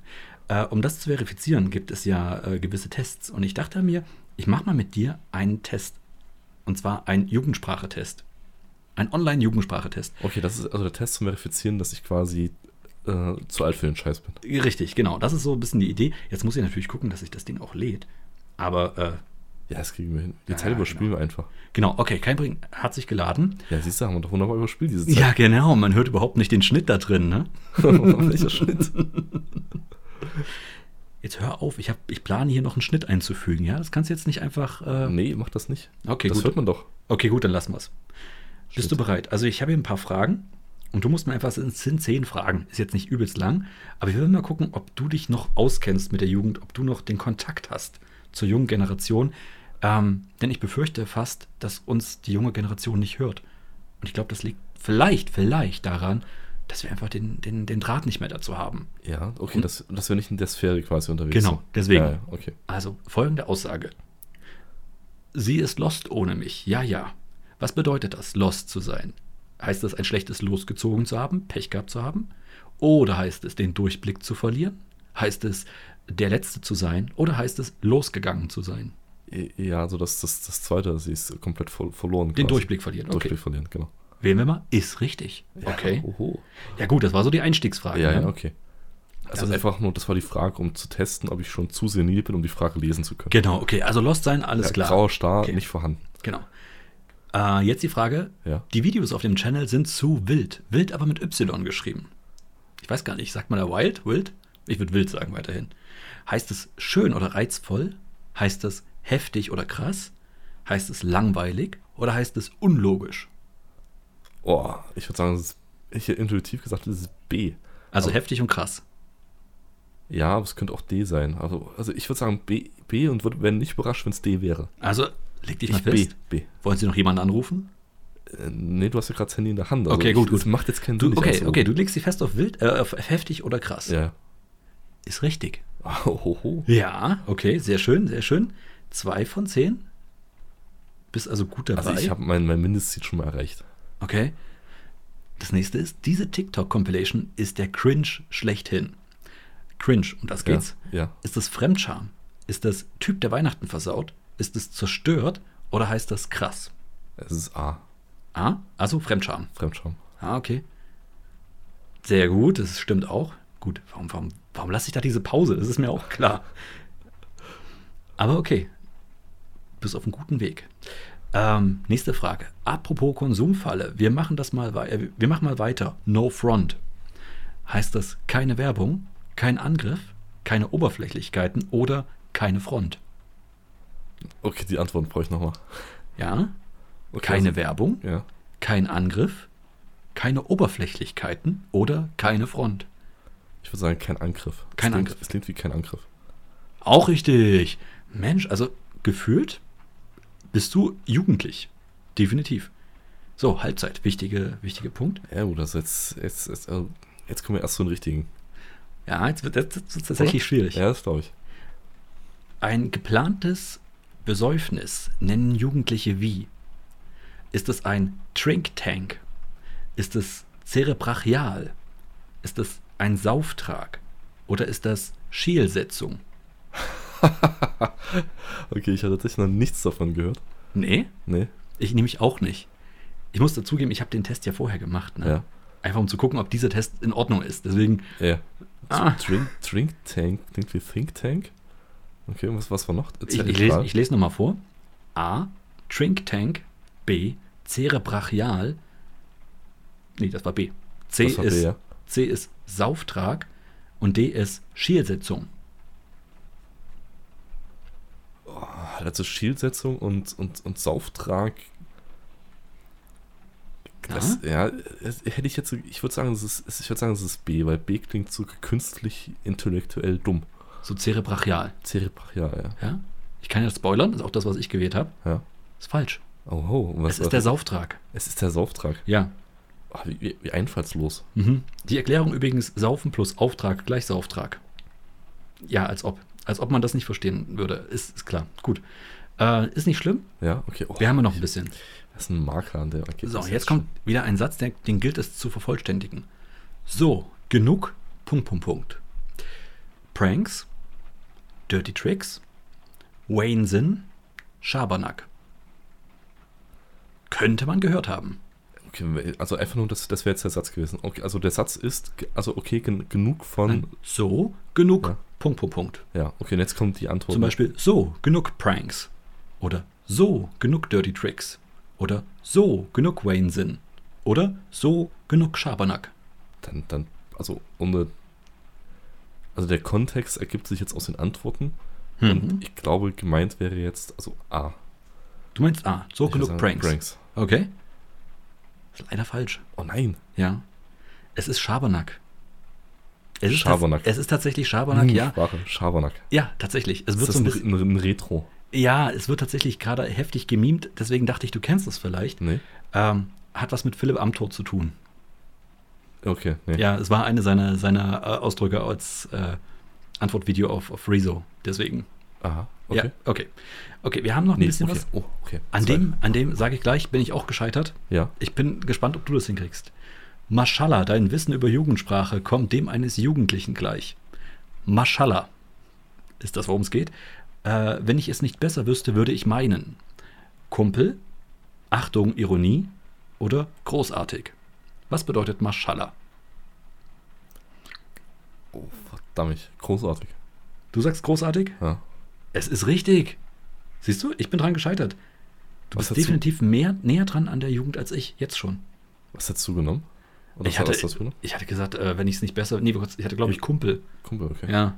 Speaker 1: Äh, um das zu verifizieren, gibt es ja äh, gewisse Tests. Und ich dachte mir, ich mache mal mit dir einen Test. Und zwar einen Jugendsprachetest. Ein Online-Jugendsprachetest.
Speaker 2: Okay, das ist also der Test zum Verifizieren, dass ich quasi äh, zu alt für den Scheiß bin.
Speaker 1: Richtig, genau. Das ist so ein bisschen die Idee. Jetzt muss ich natürlich gucken, dass sich das Ding auch lädt. Aber äh,
Speaker 2: Ja, das kriegen wir hin. Die
Speaker 1: Ja,
Speaker 2: Zeit überspielen wir einfach.
Speaker 1: genau, okay, kein Bring hat sich geladen.
Speaker 2: Ja, siehst du, haben wir doch wunderbar überspielt diese
Speaker 1: Ja,
Speaker 2: Zeit. [laughs]
Speaker 1: genau. Man hört überhaupt nicht den Schnitt da drin, ne?
Speaker 2: Welcher Schnitt?
Speaker 1: Jetzt hör auf, ich, hab, ich plane hier noch einen Schnitt einzufügen, ja? Das kannst du jetzt nicht einfach. Äh,
Speaker 2: Nee, mach das nicht.
Speaker 1: okay,
Speaker 2: das
Speaker 1: gut.
Speaker 2: hört man doch.
Speaker 1: Okay, gut, dann lassen wir's. Bist
Speaker 2: Shit.
Speaker 1: du bereit? Also, ich habe hier ein paar Fragen und du musst mir einfach, es sind zehn Fragen, ist jetzt nicht übelst lang, aber wir will mal gucken, ob du dich noch auskennst mit der Jugend, ob du noch den Kontakt hast zur jungen Generation. Ähm, denn ich befürchte fast, dass uns die junge Generation nicht hört. Und ich glaube, das liegt vielleicht, vielleicht daran, dass wir einfach den, den, den Draht nicht mehr dazu haben.
Speaker 2: Ja, okay, dass, dass wir nicht in der Sphäre quasi unterwegs
Speaker 1: Genau,
Speaker 2: sind.
Speaker 1: deswegen.
Speaker 2: Ja, ja, okay.
Speaker 1: Also folgende Aussage. Sie ist lost ohne mich. Ja, ja. Was bedeutet das, lost zu sein? Heißt es, ein schlechtes Los gezogen zu haben, Pech gehabt zu haben? Oder heißt es, den Durchblick zu verlieren? Heißt es, der Letzte zu sein? Oder heißt es, losgegangen zu sein?
Speaker 2: Ja, also das, das, das zweite, sie ist komplett ver verloren.
Speaker 1: Den Durchblick verlieren, okay.
Speaker 2: Durchblick verlieren, genau.
Speaker 1: Wählen wir mal, ist richtig. Okay.
Speaker 2: Oho.
Speaker 1: Ja gut, das war so die Einstiegsfrage.
Speaker 2: oh. Ja,
Speaker 1: ne?
Speaker 2: ja, okay. Also
Speaker 1: Also-
Speaker 2: einfach nur, das war die Frage, um zu testen, ob ich schon zu senil bin, um die Frage lesen zu können.
Speaker 1: Genau, okay. Also lost sein, alles
Speaker 2: ja,
Speaker 1: klar.
Speaker 2: Grauer Star,
Speaker 1: Okay.
Speaker 2: nicht vorhanden.
Speaker 1: Genau. Äh, jetzt die Frage,
Speaker 2: Ja.
Speaker 1: Die Videos auf dem Channel sind zu wild. Wild aber mit Y geschrieben. Ich weiß gar nicht, sagt man da wild? Wild? Ich würde wild sagen weiterhin. Heißt es schön oder reizvoll? Heißt es heftig oder krass? Heißt es langweilig? Oder heißt es unlogisch?
Speaker 2: Oh, ich würde sagen, das ist, ich hätte intuitiv gesagt, das ist B.
Speaker 1: Also
Speaker 2: Aber-
Speaker 1: heftig und krass.
Speaker 2: Ja, aber es könnte auch D sein. Also, also ich würde sagen B, B und würde wäre nicht überrascht, wenn es D wäre.
Speaker 1: Also leg dich mal
Speaker 2: Ich
Speaker 1: fest.
Speaker 2: B, B.
Speaker 1: Wollen Sie noch jemanden anrufen?
Speaker 2: Äh, nee, du hast ja gerade das Handy in der Hand. also
Speaker 1: Okay,
Speaker 2: ich,
Speaker 1: gut,
Speaker 2: Das
Speaker 1: gut.
Speaker 2: macht jetzt keinen
Speaker 1: Du,
Speaker 2: Sinn. dich
Speaker 1: okay,
Speaker 2: anzurufen.
Speaker 1: okay, du legst dich fest auf wild, äh, auf heftig oder krass.
Speaker 2: Ja.
Speaker 1: Ist richtig.
Speaker 2: Ohoho.
Speaker 1: Ja, okay, sehr schön, sehr schön. Zwei von zehn. Bist also gut dabei.
Speaker 2: Also ich habe mein, mein Mindestziel schon mal erreicht.
Speaker 1: Okay. Das nächste ist, diese TikTok-Compilation ist der Cringe schlechthin. Cringe, um das geht's.
Speaker 2: Ja, ja.
Speaker 1: Ist das Fremdscham? Ist das Typ, der Weihnachten versaut? Ist es zerstört? Oder heißt das krass?
Speaker 2: Es ist A.
Speaker 1: Ah, also Fremdscham.
Speaker 2: Fremdscham.
Speaker 1: Ah, okay. Sehr gut, das stimmt auch. Gut, warum, warum, warum lasse ich da diese Pause? Das ist mir auch klar. Aber okay, bist auf einem guten Weg. Ähm, nächste Frage. Apropos Konsumfalle, wir machen das mal weiter. Wir machen mal weiter. No front. Heißt das keine Werbung, kein Angriff, keine Oberflächlichkeiten oder keine Front?
Speaker 2: Okay, die Antworten brauche ich nochmal.
Speaker 1: Ja?
Speaker 2: Okay, also-
Speaker 1: Keine Werbung,
Speaker 2: Ja.
Speaker 1: kein Angriff, keine Oberflächlichkeiten oder keine Front.
Speaker 2: Ich würde sagen, kein Angriff.
Speaker 1: Kein
Speaker 2: es klingt,
Speaker 1: Angriff.
Speaker 2: Es klingt wie kein Angriff.
Speaker 1: Auch richtig. Mensch, also gefühlt bist du jugendlich. Definitiv. So, Halbzeit. Wichtige, wichtige Punkt.
Speaker 2: Ja, gut, also jetzt, jetzt, jetzt, äh, jetzt kommen wir erst zu den richtigen.
Speaker 1: Ja, jetzt wird das ist tatsächlich schwierig.
Speaker 2: Ja, das glaube ich.
Speaker 1: Ein geplantes Besäufnis nennen Jugendliche wie? Ist es ein Drink Tank? Ist es zerebrachial? Ist es ein Sauftrag? Oder ist das Schielsetzung?
Speaker 2: Okay, ich hatte tatsächlich noch nichts davon gehört.
Speaker 1: Nee,
Speaker 2: Nee,
Speaker 1: ich nehme ich auch nicht. Ich muss dazugeben, ich habe den Test ja vorher gemacht. Ne?
Speaker 2: ja.
Speaker 1: Einfach um zu gucken, ob dieser Test in Ordnung ist. Deswegen,
Speaker 2: Ja.
Speaker 1: Ah.
Speaker 2: So, Drink, Drink Tank, klingt wie Think Tank. Okay, was, was war noch?
Speaker 1: ich, ich
Speaker 2: Zentral.
Speaker 1: lese, ich lese nochmal vor. A. Trink Tank. B. Cerebrachial. Nee, das war B. C,
Speaker 2: Das war B,
Speaker 1: ist,
Speaker 2: ja.
Speaker 1: C ist Sauftrag. Und D ist Schielsetzung.
Speaker 2: Also Schildsetzung und, und, und Sauftrag. Das, ja, es- hätte ich jetzt, ich würde sagen, es ist, es- ich würde sagen, es ist B, weil B klingt so künstlich intellektuell dumm.
Speaker 1: So cerebrachial.
Speaker 2: Zerebrachial,
Speaker 1: Ja? Ich kann ja spoilern, das ist auch das, was ich gewählt habe.
Speaker 2: ja. ja.
Speaker 1: Ist falsch.
Speaker 2: Oh, oh und was
Speaker 1: es ist der Sauftrag.
Speaker 2: es ist der Sauftrag.
Speaker 1: Ja.
Speaker 2: Ah, wie, wie, wie einfallslos.
Speaker 1: Mhm. Die Erklärung übrigens Saufen plus Auftrag gleich Sauftrag. Ja, als ob. Als ob man das nicht verstehen würde. Ist, ist klar. Gut. Äh, ist nicht schlimm.
Speaker 2: Ja, okay. Oh,
Speaker 1: Wir haben ja noch ein bisschen.
Speaker 2: Das ist ein Marker an der okay,
Speaker 1: So,
Speaker 2: das ist
Speaker 1: jetzt kommt wieder ein Satz, der, den gilt es zu vervollständigen. So, genug. Punkt, Punkt, Punkt. Pranks, Dirty Tricks, Wahnsinn, Schabernack. Könnte man gehört haben.
Speaker 2: Okay, also einfach nur, das, das wäre jetzt der Satz gewesen. Okay, also der Satz ist, ge- also okay, gen, genug von.
Speaker 1: Nein. So, genug.
Speaker 2: Mhm. Ja.
Speaker 1: Punkt, Punkt, Punkt.
Speaker 2: Ja, okay, und jetzt kommt die Antwort.
Speaker 1: Zum Beispiel so, genug Pranks. Oder so, genug Dirty Tricks. Oder so, genug Wahnsinn. Oder so, genug Schabernack.
Speaker 2: Dann, dann, also ohne. Also der Kontext ergibt sich jetzt aus den Antworten.
Speaker 1: Mhm.
Speaker 2: Und ich glaube, gemeint wäre jetzt, also A.
Speaker 1: Du meinst, ah, so
Speaker 2: Ich würde
Speaker 1: Oh, genug
Speaker 2: sagen,
Speaker 1: Pranks. Okay. Ist leider falsch.
Speaker 2: Oh nein.
Speaker 1: Ja. Es ist Schabernack. Es ist tats-
Speaker 2: Schabernack.
Speaker 1: Es ist tatsächlich Schabernack, ja.
Speaker 2: Sprache, Schabernack.
Speaker 1: Ja, tatsächlich. Es
Speaker 2: Ist
Speaker 1: wird
Speaker 2: das
Speaker 1: so ein
Speaker 2: ein,
Speaker 1: bisschen,
Speaker 2: ein, ein Retro?
Speaker 1: ja, es wird tatsächlich gerade heftig gemimt, deswegen dachte ich, du kennst es vielleicht.
Speaker 2: Nee?
Speaker 1: Ähm, hat was mit Philipp Amthor zu tun.
Speaker 2: Okay, nee.
Speaker 1: Ja, es war eine seiner, seiner äh, Ausdrücke als äh, Antwortvideo auf, auf Rezo. Deswegen.
Speaker 2: Aha,
Speaker 1: Okay.
Speaker 2: okay.
Speaker 1: Ja, okay. Okay, wir haben noch ein
Speaker 2: Nee,
Speaker 1: bisschen
Speaker 2: okay.
Speaker 1: was.
Speaker 2: Oh, okay.
Speaker 1: An
Speaker 2: Zwei.
Speaker 1: dem, an dem, sage ich gleich, bin ich auch gescheitert.
Speaker 2: Ja.
Speaker 1: Ich bin gespannt, ob du das hinkriegst. Maschallah, dein Wissen über Jugendsprache kommt dem eines Jugendlichen gleich. Maschallah ist das, worum es geht. Äh, wenn ich es nicht besser wüsste, würde ich meinen. Kumpel, Achtung, Ironie oder großartig. Was bedeutet Maschallah?
Speaker 2: Oh, verdammt. Großartig.
Speaker 1: Du sagst großartig?
Speaker 2: Ja.
Speaker 1: Es ist richtig. Siehst du, ich bin dran gescheitert. Du
Speaker 2: Was
Speaker 1: bist
Speaker 2: dazu-
Speaker 1: definitiv mehr, näher dran an der Jugend als ich, jetzt schon.
Speaker 2: Was hättest du genommen? Oder
Speaker 1: Ich
Speaker 2: was
Speaker 1: hatte,
Speaker 2: hast du genommen?
Speaker 1: ich hatte gesagt, äh, wenn ich es nicht besser. Nee, ich hatte, glaube ich, Kumpel.
Speaker 2: Kumpel, okay.
Speaker 1: Ja.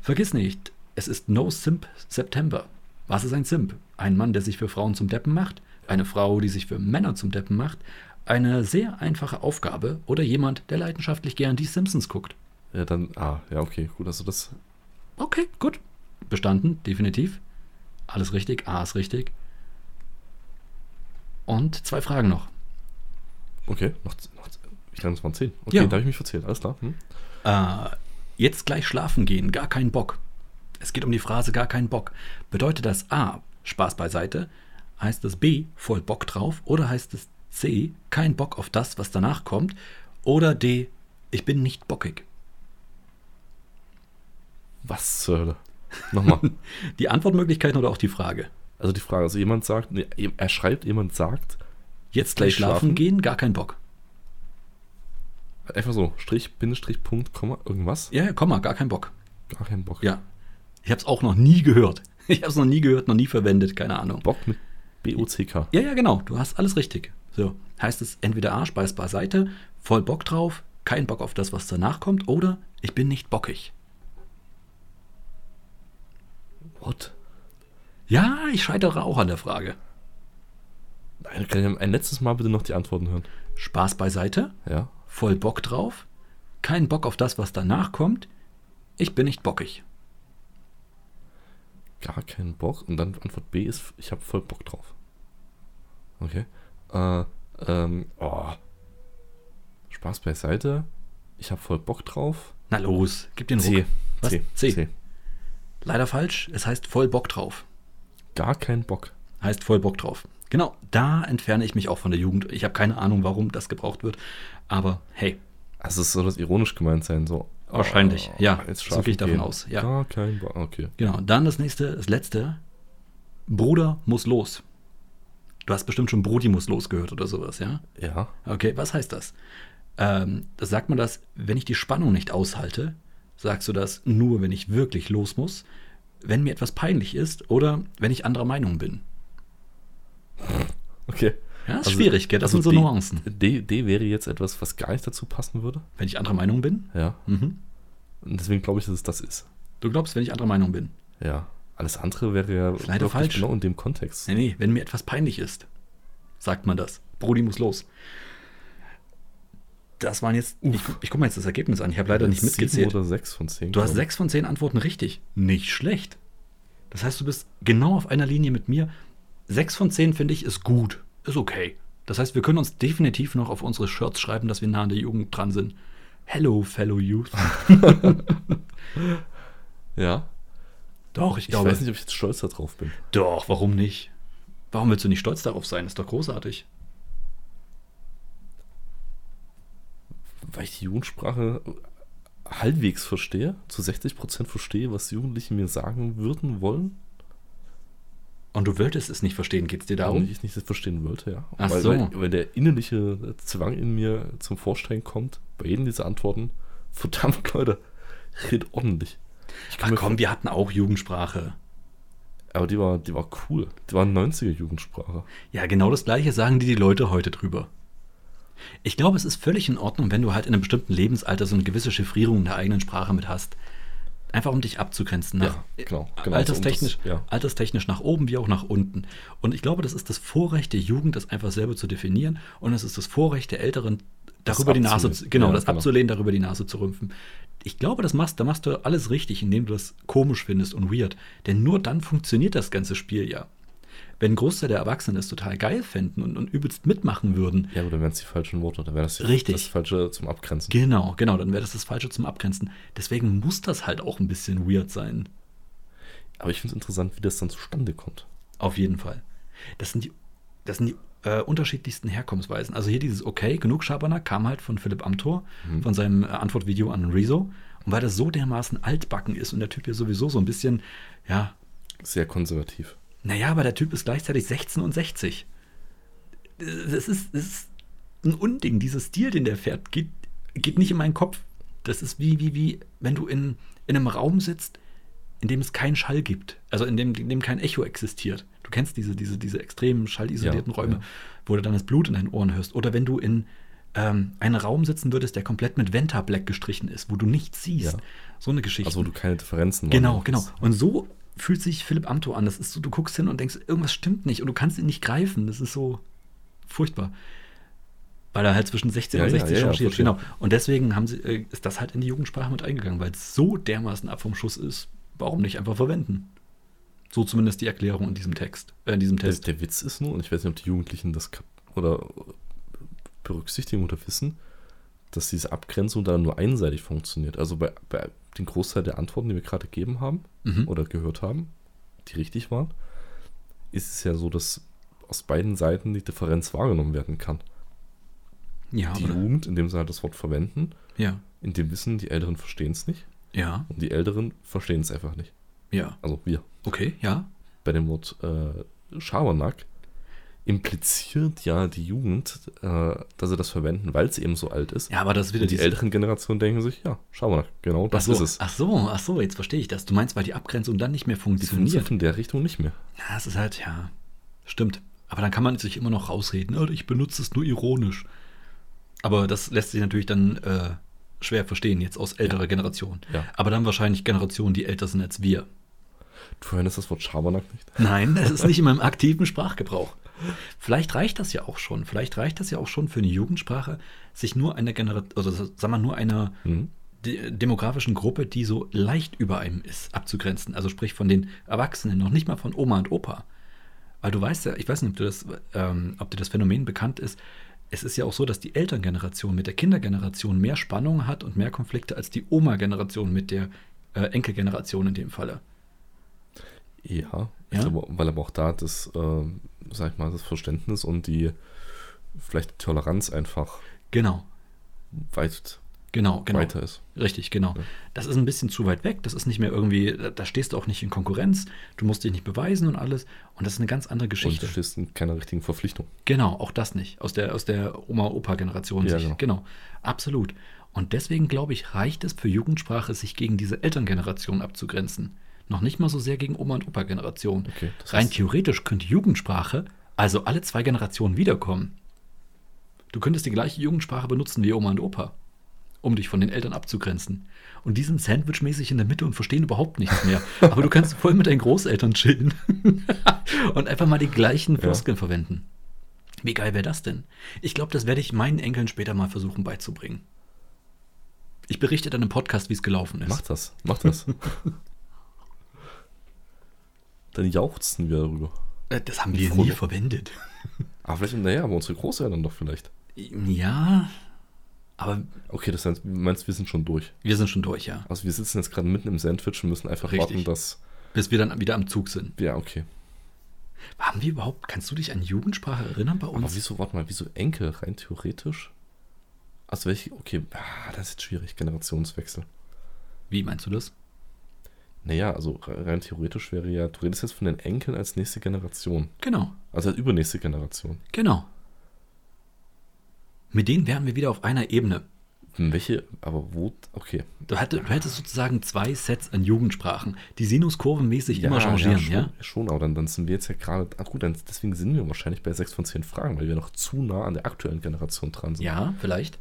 Speaker 1: Vergiss nicht, es ist No Simp September. Was ist ein Simp? Ein Mann, der sich für Frauen zum Deppen macht, eine Frau, die sich für Männer zum Deppen macht, eine sehr einfache Aufgabe oder jemand, der leidenschaftlich gern die Simpsons guckt.
Speaker 2: Ja, dann, ah, ja, okay, gut, also das,
Speaker 1: Okay, gut. Bestanden, definitiv. Alles richtig, A ist richtig. Und zwei Fragen noch.
Speaker 2: okay, noch, noch ich glaube, es waren 10. Okay,
Speaker 1: Ja.
Speaker 2: da habe ich mich verzählt, alles klar. Hm?
Speaker 1: Äh, jetzt gleich schlafen gehen, gar kein Bock. Es geht um die Phrase gar kein Bock. Bedeutet das A, Spaß beiseite? Heißt das B, voll Bock drauf? Oder heißt es C, kein Bock auf das, was danach kommt? Oder D, ich bin nicht bockig?
Speaker 2: Was zur Hölle?
Speaker 1: [laughs]
Speaker 2: Nochmal.
Speaker 1: Die Antwortmöglichkeiten oder auch die Frage?
Speaker 2: also die Frage, also jemand sagt, nee, er schreibt, jemand sagt,
Speaker 1: Jetzt gleich
Speaker 2: Gleich
Speaker 1: schlafen,
Speaker 2: schlafen?
Speaker 1: gehen, gar kein Bock.
Speaker 2: einfach so, Strich, Bindestrich, Punkt, Komma, irgendwas.
Speaker 1: Ja, ja, Komma, gar kein Bock.
Speaker 2: Gar keinen Bock.
Speaker 1: Ja. Ich habe es auch noch nie gehört. [laughs] Ich habe es noch nie gehört, noch nie verwendet, keine Ahnung.
Speaker 2: Bock mit B-O-C-K.
Speaker 1: Ja, ja, genau. Du hast alles richtig. So. Heißt es entweder A, Speis beiseite, voll Bock drauf, kein Bock auf das, was danach kommt, oder ich bin nicht bockig.
Speaker 2: What?
Speaker 1: Ja, ich scheitere auch an der Frage.
Speaker 2: Nein, kann ich ein letztes Mal bitte noch die Antworten hören?
Speaker 1: Spaß beiseite,
Speaker 2: Ja.
Speaker 1: voll Bock drauf, kein Bock auf das, was danach kommt, ich bin nicht bockig.
Speaker 2: Gar keinen Bock. Und dann Antwort B ist, ich habe voll Bock drauf. Okay. Äh, ähm, oh. Spaß beiseite. Ich habe voll Bock drauf.
Speaker 1: Na los, gib den Ruck.
Speaker 2: C.
Speaker 1: Was?
Speaker 2: C.
Speaker 1: C. Leider falsch, es heißt voll Bock drauf.
Speaker 2: Gar keinen Bock.
Speaker 1: Heißt voll Bock drauf. Genau, da entferne ich mich auch von der Jugend. Ich habe keine Ahnung, warum das gebraucht wird, aber hey,
Speaker 2: Also es soll das ironisch gemeint sein, so. Ah,
Speaker 1: Wahrscheinlich, ja. So
Speaker 2: schlafen
Speaker 1: gehe ich davon
Speaker 2: gehen.
Speaker 1: aus, ja.
Speaker 2: Gar kein Bock. Okay.
Speaker 1: Genau, dann das nächste, das letzte. Bruder muss los. Du hast bestimmt schon Brodimus losgehört oder sowas, ja?
Speaker 2: Ja.
Speaker 1: Okay, was heißt das? Ähm, das sagt man das, wenn ich die Spannung nicht aushalte, sagst du das nur, wenn ich wirklich los muss, wenn mir etwas peinlich ist oder wenn ich anderer Meinung bin.
Speaker 2: Okay. Also
Speaker 1: Ja, ist schwierig, gell? Das sind so
Speaker 2: D-
Speaker 1: Nuancen.
Speaker 2: D, D wäre jetzt etwas, was gar nicht dazu passen würde.
Speaker 1: Wenn ich anderer Meinung bin?
Speaker 2: Ja.
Speaker 1: Mhm.
Speaker 2: Und deswegen glaube ich, dass es das ist.
Speaker 1: Du glaubst, wenn ich anderer Meinung bin?
Speaker 2: Ja. Alles andere wäre ja
Speaker 1: leider
Speaker 2: wirklich
Speaker 1: falsch.
Speaker 2: genau in dem Kontext.
Speaker 1: Nee, nee, wenn mir etwas peinlich ist, sagt man das. Brody muss los. Das waren jetzt. Ich, gu- ich gucke mir jetzt das Ergebnis an. Ich habe leider nicht
Speaker 2: Sieben
Speaker 1: mitgezählt.
Speaker 2: oder sechs von zehn.
Speaker 1: Du hast
Speaker 2: glaub ich.
Speaker 1: sechs von zehn Antworten richtig. Nicht schlecht. Das heißt, du bist genau auf einer Linie mit mir. Sechs von zehn finde ich ist gut. Ist okay. Das heißt, wir können uns definitiv noch auf unsere Shirts schreiben, dass wir nah an der Jugend dran sind. Hello, fellow
Speaker 2: [laughs]
Speaker 1: youth.
Speaker 2: Ja.
Speaker 1: Doch, ich
Speaker 2: Ich
Speaker 1: glaube.
Speaker 2: weiß nicht, ob ich jetzt stolz darauf bin.
Speaker 1: Doch, warum nicht? Warum willst du nicht stolz darauf sein? Ist doch großartig.
Speaker 2: Weil ich die Jugendsprache halbwegs verstehe, zu 60% verstehe, was Jugendliche mir sagen würden wollen.
Speaker 1: Und du würdest es nicht verstehen. Geht es dir darum?
Speaker 2: Wenn ich es nicht verstehen wollte, ja.
Speaker 1: Ach
Speaker 2: weil,
Speaker 1: so.
Speaker 2: weil, weil der innerliche Zwang in mir zum Vorstellen kommt, bei jedem dieser Antworten, [laughs] verdammt Leute, red ordentlich. Ich kann
Speaker 1: Ach
Speaker 2: mir-
Speaker 1: Ah, komm, wir hatten auch Jugendsprache.
Speaker 2: Aber die war, die war cool. Die war 90er Jugendsprache.
Speaker 1: Ja, genau das Gleiche sagen die, die Leute heute drüber. Ich glaube, es ist völlig in Ordnung, wenn du halt in einem bestimmten Lebensalter so eine gewisse Chiffrierung in der eigenen Sprache mit hast. Einfach um dich abzugrenzen. Nach,
Speaker 2: Ja, genau, genau,
Speaker 1: alterstechnisch,
Speaker 2: so um das- ja.
Speaker 1: alterstechnisch nach oben wie auch nach unten. Und ich glaube, das ist das Vorrecht der Jugend, das einfach selber zu definieren. Und es ist das Vorrecht der Älteren, darüber die Nase,
Speaker 2: abzulehnen.
Speaker 1: zu- genau,
Speaker 2: Ja,
Speaker 1: das
Speaker 2: genau.
Speaker 1: abzulehnen, darüber die Nase zu rümpfen. Ich glaube, das machst, da machst du alles richtig, indem du das komisch findest und weird. Denn nur dann funktioniert das ganze Spiel ja. Wenn ein Großteil der Erwachsenen es total geil fänden und, und übelst mitmachen würden,
Speaker 2: Ja, aber dann wären es die falschen Worte. Dann wäre das die-
Speaker 1: Richtig.
Speaker 2: das Falsche zum Abgrenzen.
Speaker 1: genau, genau, dann wäre das das Falsche zum Abgrenzen. Deswegen muss das halt auch ein bisschen weird sein.
Speaker 2: aber ich finde es interessant, wie das dann zustande kommt.
Speaker 1: Auf jeden Fall. Das sind die, das sind die äh, unterschiedlichsten Herkommensweisen. Also hier dieses Okay, genug Schabernack kam halt von Philipp Amthor, von seinem äh, Antwortvideo an Rezo. Und weil das so dermaßen altbacken ist und der Typ ja sowieso so ein bisschen, ja,
Speaker 2: Sehr konservativ.
Speaker 1: naja, aber der Typ ist gleichzeitig 16 und 60. Das ist, das ist ein Unding. Dieser Stil, den der fährt, geht, geht nicht in meinen Kopf. Das ist wie, wie, wie, wenn du in, in einem Raum sitzt, in dem es keinen Schall gibt. Also in dem, in dem kein Echo existiert. Du kennst diese, diese, diese extremen schallisolierten
Speaker 2: Ja,
Speaker 1: Räume,
Speaker 2: ja.
Speaker 1: wo du dann das Blut in deinen Ohren hörst. Oder wenn du in ähm, einen Raum sitzen würdest, der komplett mit Venta Black gestrichen ist, wo du nichts siehst.
Speaker 2: Ja.
Speaker 1: So eine Geschichte.
Speaker 2: Also, wo du keine Differenzen
Speaker 1: Genau,
Speaker 2: wahrnimmst.
Speaker 1: genau. Und so fühlt sich Philipp Amthor an. Das ist so, du guckst hin und denkst, irgendwas stimmt nicht und du kannst ihn nicht greifen. Das ist so furchtbar. Weil er halt zwischen 16
Speaker 2: Ja,
Speaker 1: und
Speaker 2: ja,
Speaker 1: 60
Speaker 2: ja, ja,
Speaker 1: changiert.
Speaker 2: verstehe.
Speaker 1: genau. Und deswegen haben sie, äh, ist das halt in die Jugendsprache mit eingegangen, weil es so dermaßen ab vom Schuss ist. Warum nicht einfach verwenden? So zumindest die Erklärung in diesem Text, äh, in diesem
Speaker 2: Der,
Speaker 1: Test.
Speaker 2: der Witz ist nur, und ich weiß nicht, ob die Jugendlichen das kap- oder berücksichtigen oder wissen, dass diese Abgrenzung da nur einseitig funktioniert. Also bei, bei dem Großteil der Antworten, die wir gerade gegeben haben
Speaker 1: Mhm.
Speaker 2: oder gehört haben, die richtig waren, ist es ja so, dass aus beiden Seiten die Differenz wahrgenommen werden kann.
Speaker 1: Ja,
Speaker 2: Die
Speaker 1: oder?
Speaker 2: Jugend, indem sie halt das Wort verwenden,
Speaker 1: ja,
Speaker 2: in dem Wissen, die Älteren verstehen es nicht
Speaker 1: ja,
Speaker 2: und die Älteren verstehen es einfach nicht.
Speaker 1: ja.
Speaker 2: Also wir.
Speaker 1: Okay, ja.
Speaker 2: bei dem Wort äh, Schabernack impliziert ja die Jugend, äh, dass sie das verwenden, weil es eben so alt ist.
Speaker 1: Ja, aber das ist wieder
Speaker 2: Und die
Speaker 1: dieses-
Speaker 2: älteren Generationen denken sich, ja, Schabernack, genau das
Speaker 1: ach so,
Speaker 2: ist es.
Speaker 1: Ach so, ach so, jetzt verstehe ich das. Du meinst, weil die Abgrenzung dann nicht mehr
Speaker 2: Die funktioniert
Speaker 1: funktioniert.
Speaker 2: in der Richtung nicht mehr.
Speaker 1: Ja, es ist halt, ja, stimmt. Aber dann kann man sich immer noch rausreden. "Oh, Ich benutze es nur ironisch. Aber das lässt sich natürlich dann äh, schwer verstehen, jetzt aus älterer Generation.
Speaker 2: Ja.
Speaker 1: Aber dann wahrscheinlich Generationen, die älter sind als wir.
Speaker 2: Du verwendest das Wort Schabernack nicht.
Speaker 1: Nein, das ist nicht in meinem aktiven Sprachgebrauch. Vielleicht reicht das ja auch schon. Vielleicht reicht das ja auch schon für eine Jugendsprache, sich nur einer Generation, also sagen wir nur einer
Speaker 2: Mhm.
Speaker 1: de demografischen Gruppe, die so leicht über einem ist, abzugrenzen. Also sprich von den Erwachsenen, noch nicht mal von Oma und Opa. Weil du weißt ja, ich weiß nicht, ob, du das, ähm, ob dir das Phänomen bekannt ist. Es ist ja auch so, dass die Elterngeneration mit der Kindergeneration mehr Spannung hat und mehr Konflikte als die Oma-Generation mit der äh, Enkelgeneration in dem Falle.
Speaker 2: Ja,
Speaker 1: Ja?
Speaker 2: Ich glaube, weil aber auch da das, äh, sag ich mal, das Verständnis und die vielleicht Toleranz einfach
Speaker 1: Genau.
Speaker 2: weit
Speaker 1: Genau, genau.
Speaker 2: weiter ist.
Speaker 1: Richtig, genau.
Speaker 2: Ja.
Speaker 1: Das ist ein bisschen zu weit weg. Das ist nicht mehr irgendwie, da, da stehst du auch nicht in Konkurrenz. Du musst dich nicht beweisen und alles. Und das ist eine ganz andere
Speaker 2: Und du
Speaker 1: Geschichte.
Speaker 2: stehst in keiner richtigen Verpflichtung.
Speaker 1: Genau, auch das nicht. Aus der, aus der Oma-Opa-Generation.
Speaker 2: Ja,
Speaker 1: sich-
Speaker 2: genau.
Speaker 1: genau, absolut. Und deswegen glaube ich, reicht es für Jugendsprache, sich gegen diese Elterngeneration abzugrenzen. Noch nicht mal so sehr gegen Oma- und Opa-Generation.
Speaker 2: Okay, das
Speaker 1: Rein
Speaker 2: heißt-
Speaker 1: theoretisch könnte Jugendsprache also alle zwei Generationen wiederkommen. Du könntest die gleiche Jugendsprache benutzen wie Oma und Opa, um dich von den Eltern abzugrenzen. Und die sind sandwichmäßig in der Mitte und verstehen überhaupt nichts mehr. [laughs] Aber du kannst voll mit deinen Großeltern chillen [laughs] und einfach mal die gleichen Floskeln verwenden. Wie geil wäre das denn? Ich glaube, das werde ich meinen Enkeln später mal versuchen beizubringen. Ich berichte dann im Podcast, wie es gelaufen ist.
Speaker 2: Mach das, mach
Speaker 1: [laughs]
Speaker 2: das. Dann jauchzen wir darüber.
Speaker 1: Äh, das haben wir
Speaker 2: Frohe-
Speaker 1: nie verwendet.
Speaker 2: Aber vielleicht, naja, aber unsere Großeltern doch vielleicht.
Speaker 1: Ja, aber
Speaker 2: Okay, das heißt, du meinst, wir sind schon durch.
Speaker 1: wir sind schon durch, ja.
Speaker 2: Also wir sitzen jetzt gerade mitten im Sandwich und müssen einfach
Speaker 1: Richtig.
Speaker 2: warten, dass...
Speaker 1: Bis wir dann wieder am Zug sind.
Speaker 2: Ja, okay.
Speaker 1: Haben wir überhaupt, kannst du dich an Jugendsprache erinnern bei
Speaker 2: Aber
Speaker 1: uns?
Speaker 2: wieso, warte mal, wieso Enkel rein theoretisch? Also welche, okay, ah, das ist jetzt schwierig, Generationswechsel.
Speaker 1: Wie meinst du das?
Speaker 2: Naja, also rein theoretisch wäre ja, du redest jetzt von den Enkeln als nächste Generation.
Speaker 1: Genau,
Speaker 2: Also als übernächste Generation.
Speaker 1: genau. Mit denen wären wir wieder auf einer Ebene.
Speaker 2: Hm, Welche, aber wo, okay.
Speaker 1: Du, hatte, du hättest sozusagen zwei Sets an Jugendsprachen, die sinuskurvenmäßig immer changieren,
Speaker 2: schon,
Speaker 1: ja?
Speaker 2: Schon, aber dann, dann sind wir jetzt ja gerade, ach gut, dann, deswegen sind wir wahrscheinlich bei 6 von 10 Fragen, weil wir noch zu nah an der aktuellen Generation dran sind.
Speaker 1: Ja, vielleicht.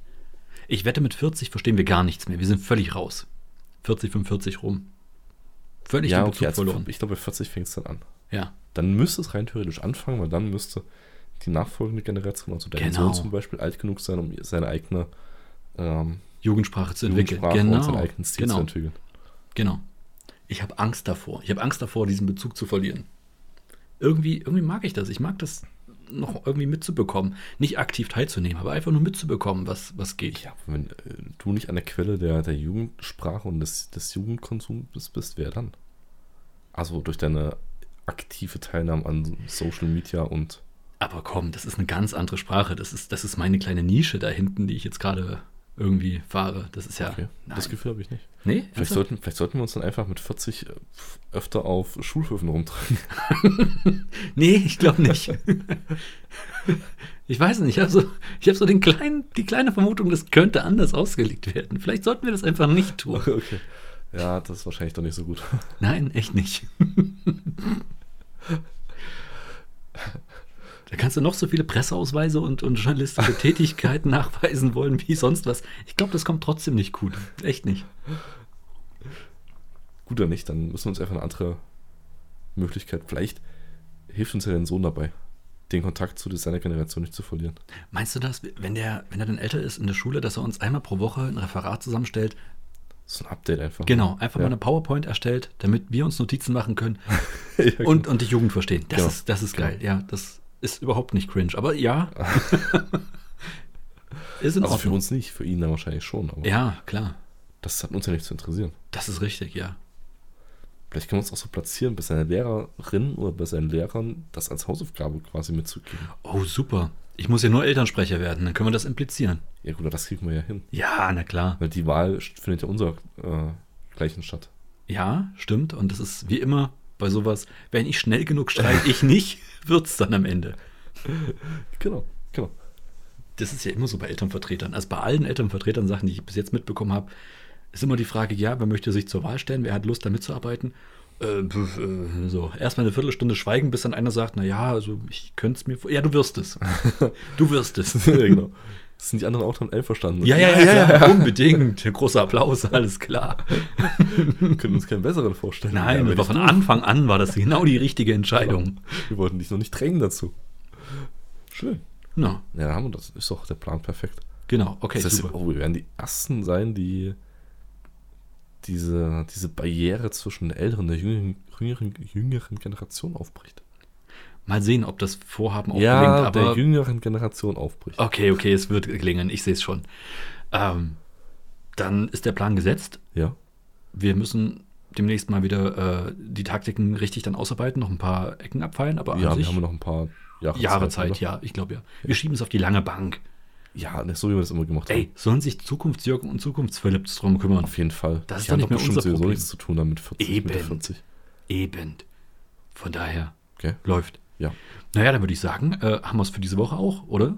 Speaker 1: Ich wette, mit 40 verstehen wir gar nichts mehr. Wir sind völlig raus. 40, 45 rum. Völlig
Speaker 2: ja
Speaker 1: den
Speaker 2: okay,
Speaker 1: Bezug
Speaker 2: also
Speaker 1: verloren.
Speaker 2: ich glaube, bei 40 fängt es dann an.
Speaker 1: Ja,
Speaker 2: Dann müsste es rein theoretisch anfangen, weil dann müsste die nachfolgende Generation, also dein
Speaker 1: Genau.
Speaker 2: Sohn zum Beispiel, alt genug sein, um seine eigene ähm,
Speaker 1: Jugendsprache zu entwickeln.
Speaker 2: Jugendsprache und seinen
Speaker 1: Genau,
Speaker 2: eigenen Stil zu
Speaker 1: genau,
Speaker 2: entwickeln.
Speaker 1: genau. Ich habe Angst davor. Ich habe Angst davor, diesen Bezug zu verlieren. Irgendwie, irgendwie mag ich das. Ich mag das noch irgendwie mitzubekommen. Nicht aktiv teilzunehmen, aber einfach nur mitzubekommen, was, was geht.
Speaker 2: Ja, aber wenn äh, du nicht an der Quelle der, der Jugendsprache und des, des Jugendkonsums bist, wer dann? Also durch deine aktive Teilnahme an Social Media und
Speaker 1: Aber komm, das ist eine ganz andere Sprache. Das ist, das ist meine kleine Nische da hinten, die ich jetzt gerade irgendwie fahre. Das ist ja.
Speaker 2: Okay, das
Speaker 1: Nein.
Speaker 2: Gefühl habe ich nicht.
Speaker 1: Nee,
Speaker 2: Vielleicht
Speaker 1: ernsthaft?
Speaker 2: sollten, vielleicht sollten wir uns dann einfach mit 40 öfter auf
Speaker 1: [laughs]
Speaker 2: Schulhöfen rumtreiben.
Speaker 1: Nee, ich glaube nicht. [laughs] ich weiß nicht, ich habe so, ich hab so den kleinen, die kleine Vermutung, das könnte anders ausgelegt werden. Vielleicht sollten wir das einfach nicht tun.
Speaker 2: Okay. Ja, das ist wahrscheinlich doch nicht so gut.
Speaker 1: Nein, echt nicht. Da kannst du noch so viele Presseausweise und, und journalistische Tätigkeiten [laughs] nachweisen wollen, wie sonst was. Ich glaube, das kommt trotzdem nicht gut. Echt nicht.
Speaker 2: Gut oder nicht, dann müssen wir uns einfach eine andere Möglichkeit. Vielleicht hilft uns ja dein Sohn dabei, den Kontakt zu seiner Generation nicht zu verlieren.
Speaker 1: Meinst du das, wenn der, wenn er dann älter ist in der Schule, dass er uns einmal pro Woche ein Referat zusammenstellt,
Speaker 2: So ein Update einfach.
Speaker 1: Genau, einfach
Speaker 2: Ja.
Speaker 1: mal eine PowerPoint erstellt, damit wir uns Notizen machen können
Speaker 2: [laughs] Ja,
Speaker 1: und, und die Jugend verstehen. Das
Speaker 2: Genau.
Speaker 1: ist, das ist
Speaker 2: Genau.
Speaker 1: geil, ja. Das ist überhaupt nicht cringe, aber
Speaker 2: [laughs]
Speaker 1: ja. ist in
Speaker 2: Also für
Speaker 1: Ordnung.
Speaker 2: uns nicht, für ihn dann wahrscheinlich schon. Aber
Speaker 1: Ja, klar.
Speaker 2: das hat uns ja nicht zu interessieren.
Speaker 1: Das ist richtig, ja.
Speaker 2: Vielleicht können wir uns auch so platzieren, bei seiner Lehrerin oder bei seinen Lehrern das als Hausaufgabe quasi mitzugeben.
Speaker 1: Oh, super. Ich muss ja nur Elternsprecher werden, dann können wir das implizieren.
Speaker 2: Ja gut, aber das kriegen wir ja hin.
Speaker 1: Ja, na klar.
Speaker 2: Weil die Wahl st- findet ja unser äh, gleichen statt.
Speaker 1: Ja, stimmt. Und das ist wie immer bei sowas, wenn ich schnell genug schreibe, [laughs] ich nicht, wird's dann am Ende.
Speaker 2: Genau, genau. [laughs]
Speaker 1: das ist ja immer so bei Elternvertretern. Also bei allen Elternvertretern, Sachen, die ich bis jetzt mitbekommen habe, ist immer die Frage, ja, wer möchte sich zur Wahl stellen, wer hat Lust, da mitzuarbeiten? Äh, pf, äh, so, erstmal eine Viertelstunde schweigen, bis dann einer sagt, naja, also ich könnte es mir vor. Ja, du wirst [laughs] es. Du wirst [laughs] es.
Speaker 2: ja, genau. Sind die anderen auch damit einverstanden?
Speaker 1: Ja, ja, ja,
Speaker 2: [laughs]
Speaker 1: ja, ja, unbedingt. Großer Applaus, alles klar.
Speaker 2: Wir können uns keinen besseren vorstellen. ja,
Speaker 1: Nein,
Speaker 2: aber
Speaker 1: das war
Speaker 2: nicht
Speaker 1: von Anfang an war das genau die richtige Entscheidung.
Speaker 2: du. [laughs] Wir wollten dich noch nicht drängen dazu. Schön.
Speaker 1: Na,
Speaker 2: Ja, da haben wir das. Ist doch der Plan perfekt.
Speaker 1: genau, okay,
Speaker 2: das heißt,
Speaker 1: super.
Speaker 2: oh, wir werden die Ersten sein, die diese, diese Barriere zwischen der älteren und der jüngeren, jüngeren, jüngeren Generation aufbricht.
Speaker 1: Mal sehen, ob das Vorhaben auch
Speaker 2: ja,
Speaker 1: gelingt.
Speaker 2: der
Speaker 1: Aber Ah,
Speaker 2: jüngeren Generation aufbricht.
Speaker 1: Okay, okay, es wird gelingen, ich sehe es schon. Ähm, dann ist der Plan gesetzt.
Speaker 2: Ja.
Speaker 1: Wir müssen demnächst mal wieder äh, die Taktiken richtig dann ausarbeiten, noch ein paar Ecken abfeilen, aber an
Speaker 2: Ja, wir
Speaker 1: sich
Speaker 2: haben noch ein paar Jahre, ne?
Speaker 1: Jahre Zeit,
Speaker 2: oder?
Speaker 1: ja, ich glaube ja. Wir schieben es auf die lange Bank.
Speaker 2: Ja, ne, so wie wir das immer gemacht haben.
Speaker 1: Ey, sollen sich Zukunftsjürgen und Zukunftsphilipps drum kümmern?
Speaker 2: Auf jeden Fall.
Speaker 1: Das ist
Speaker 2: Die
Speaker 1: doch
Speaker 2: haben
Speaker 1: nicht mehr
Speaker 2: bestimmt
Speaker 1: unser
Speaker 2: sowieso
Speaker 1: Problem.
Speaker 2: nichts zu tun damit 40,
Speaker 1: Eben.
Speaker 2: Mitte 40.
Speaker 1: Eben. Von daher
Speaker 2: Okay.
Speaker 1: läuft.
Speaker 2: Ja.
Speaker 1: Naja, dann würde ich sagen, äh, haben wir es für diese Woche auch, oder?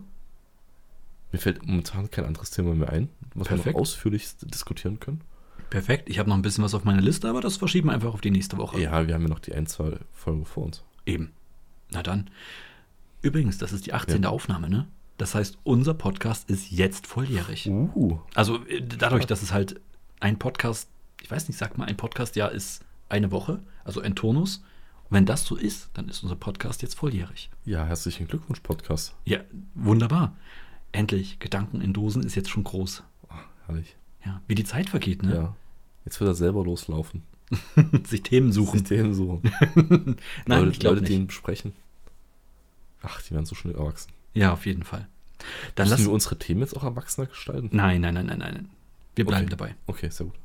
Speaker 2: Mir fällt momentan kein anderes Thema mehr ein, was wir
Speaker 1: Perfekt.
Speaker 2: noch ausführlich diskutieren können.
Speaker 1: Perfekt. Ich habe noch ein bisschen was auf meiner Liste, aber das verschieben wir einfach auf die nächste Woche.
Speaker 2: Ja, wir haben ja noch die Einzahl Folgen vor uns.
Speaker 1: Eben. Na dann. Übrigens, das ist die 18. Aufnahme, ne? Das heißt, unser Podcast ist jetzt volljährig.
Speaker 2: Uh.
Speaker 1: Also äh, dadurch, dass es halt ein Podcast, ich weiß nicht, sagt man, ein Podcast ja ist eine Woche, also ein Turnus. Und wenn das so ist, dann ist unser Podcast jetzt volljährig.
Speaker 2: Ja, herzlichen Glückwunsch, Podcast.
Speaker 1: Ja, wunderbar. Endlich, Gedanken in Dosen ist jetzt schon groß.
Speaker 2: Ah, Herrlich.
Speaker 1: Ja, wie die Zeit vergeht,
Speaker 2: Ja.
Speaker 1: ne?
Speaker 2: Jetzt wird er selber loslaufen.
Speaker 1: [laughs] Sich Themen suchen.
Speaker 2: Sich Themen so.
Speaker 1: Nein,
Speaker 2: Leute,
Speaker 1: ich glaube
Speaker 2: Leute, die
Speaker 1: nicht.
Speaker 2: ihn besprechen. Ach, die werden so schnell erwachsen.
Speaker 1: Ja, auf jeden Fall. Dann
Speaker 2: Müssen
Speaker 1: lassen
Speaker 2: wir
Speaker 1: wir
Speaker 2: unsere Themen jetzt auch erwachsener gestalten?
Speaker 1: Nein, nein, nein, nein, nein. Wir bleiben
Speaker 2: Okay.
Speaker 1: dabei.
Speaker 2: Okay, sehr gut.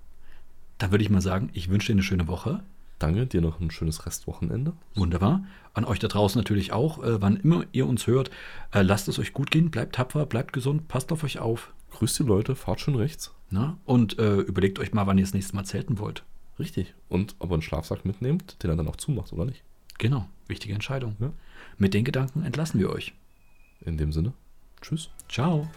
Speaker 1: Dann würde ich mal sagen, ich wünsche dir eine schöne Woche.
Speaker 2: Danke, dir noch ein schönes Restwochenende.
Speaker 1: Wunderbar. An euch da draußen natürlich auch. Äh, wann immer ihr uns hört, äh, lasst es euch gut gehen. Bleibt tapfer, bleibt gesund, passt auf euch auf.
Speaker 2: Grüßt die Leute, fahrt schön rechts.
Speaker 1: Na? Und äh, überlegt euch mal, wann ihr das nächste Mal zelten wollt.
Speaker 2: Richtig. Und ob ihr einen Schlafsack mitnehmt, den er dann auch zumacht, oder nicht?
Speaker 1: Genau, wichtige Entscheidung.
Speaker 2: Ja.
Speaker 1: Mit den Gedanken entlassen wir euch.
Speaker 2: In dem Sinne, tschüss.
Speaker 1: Ciao.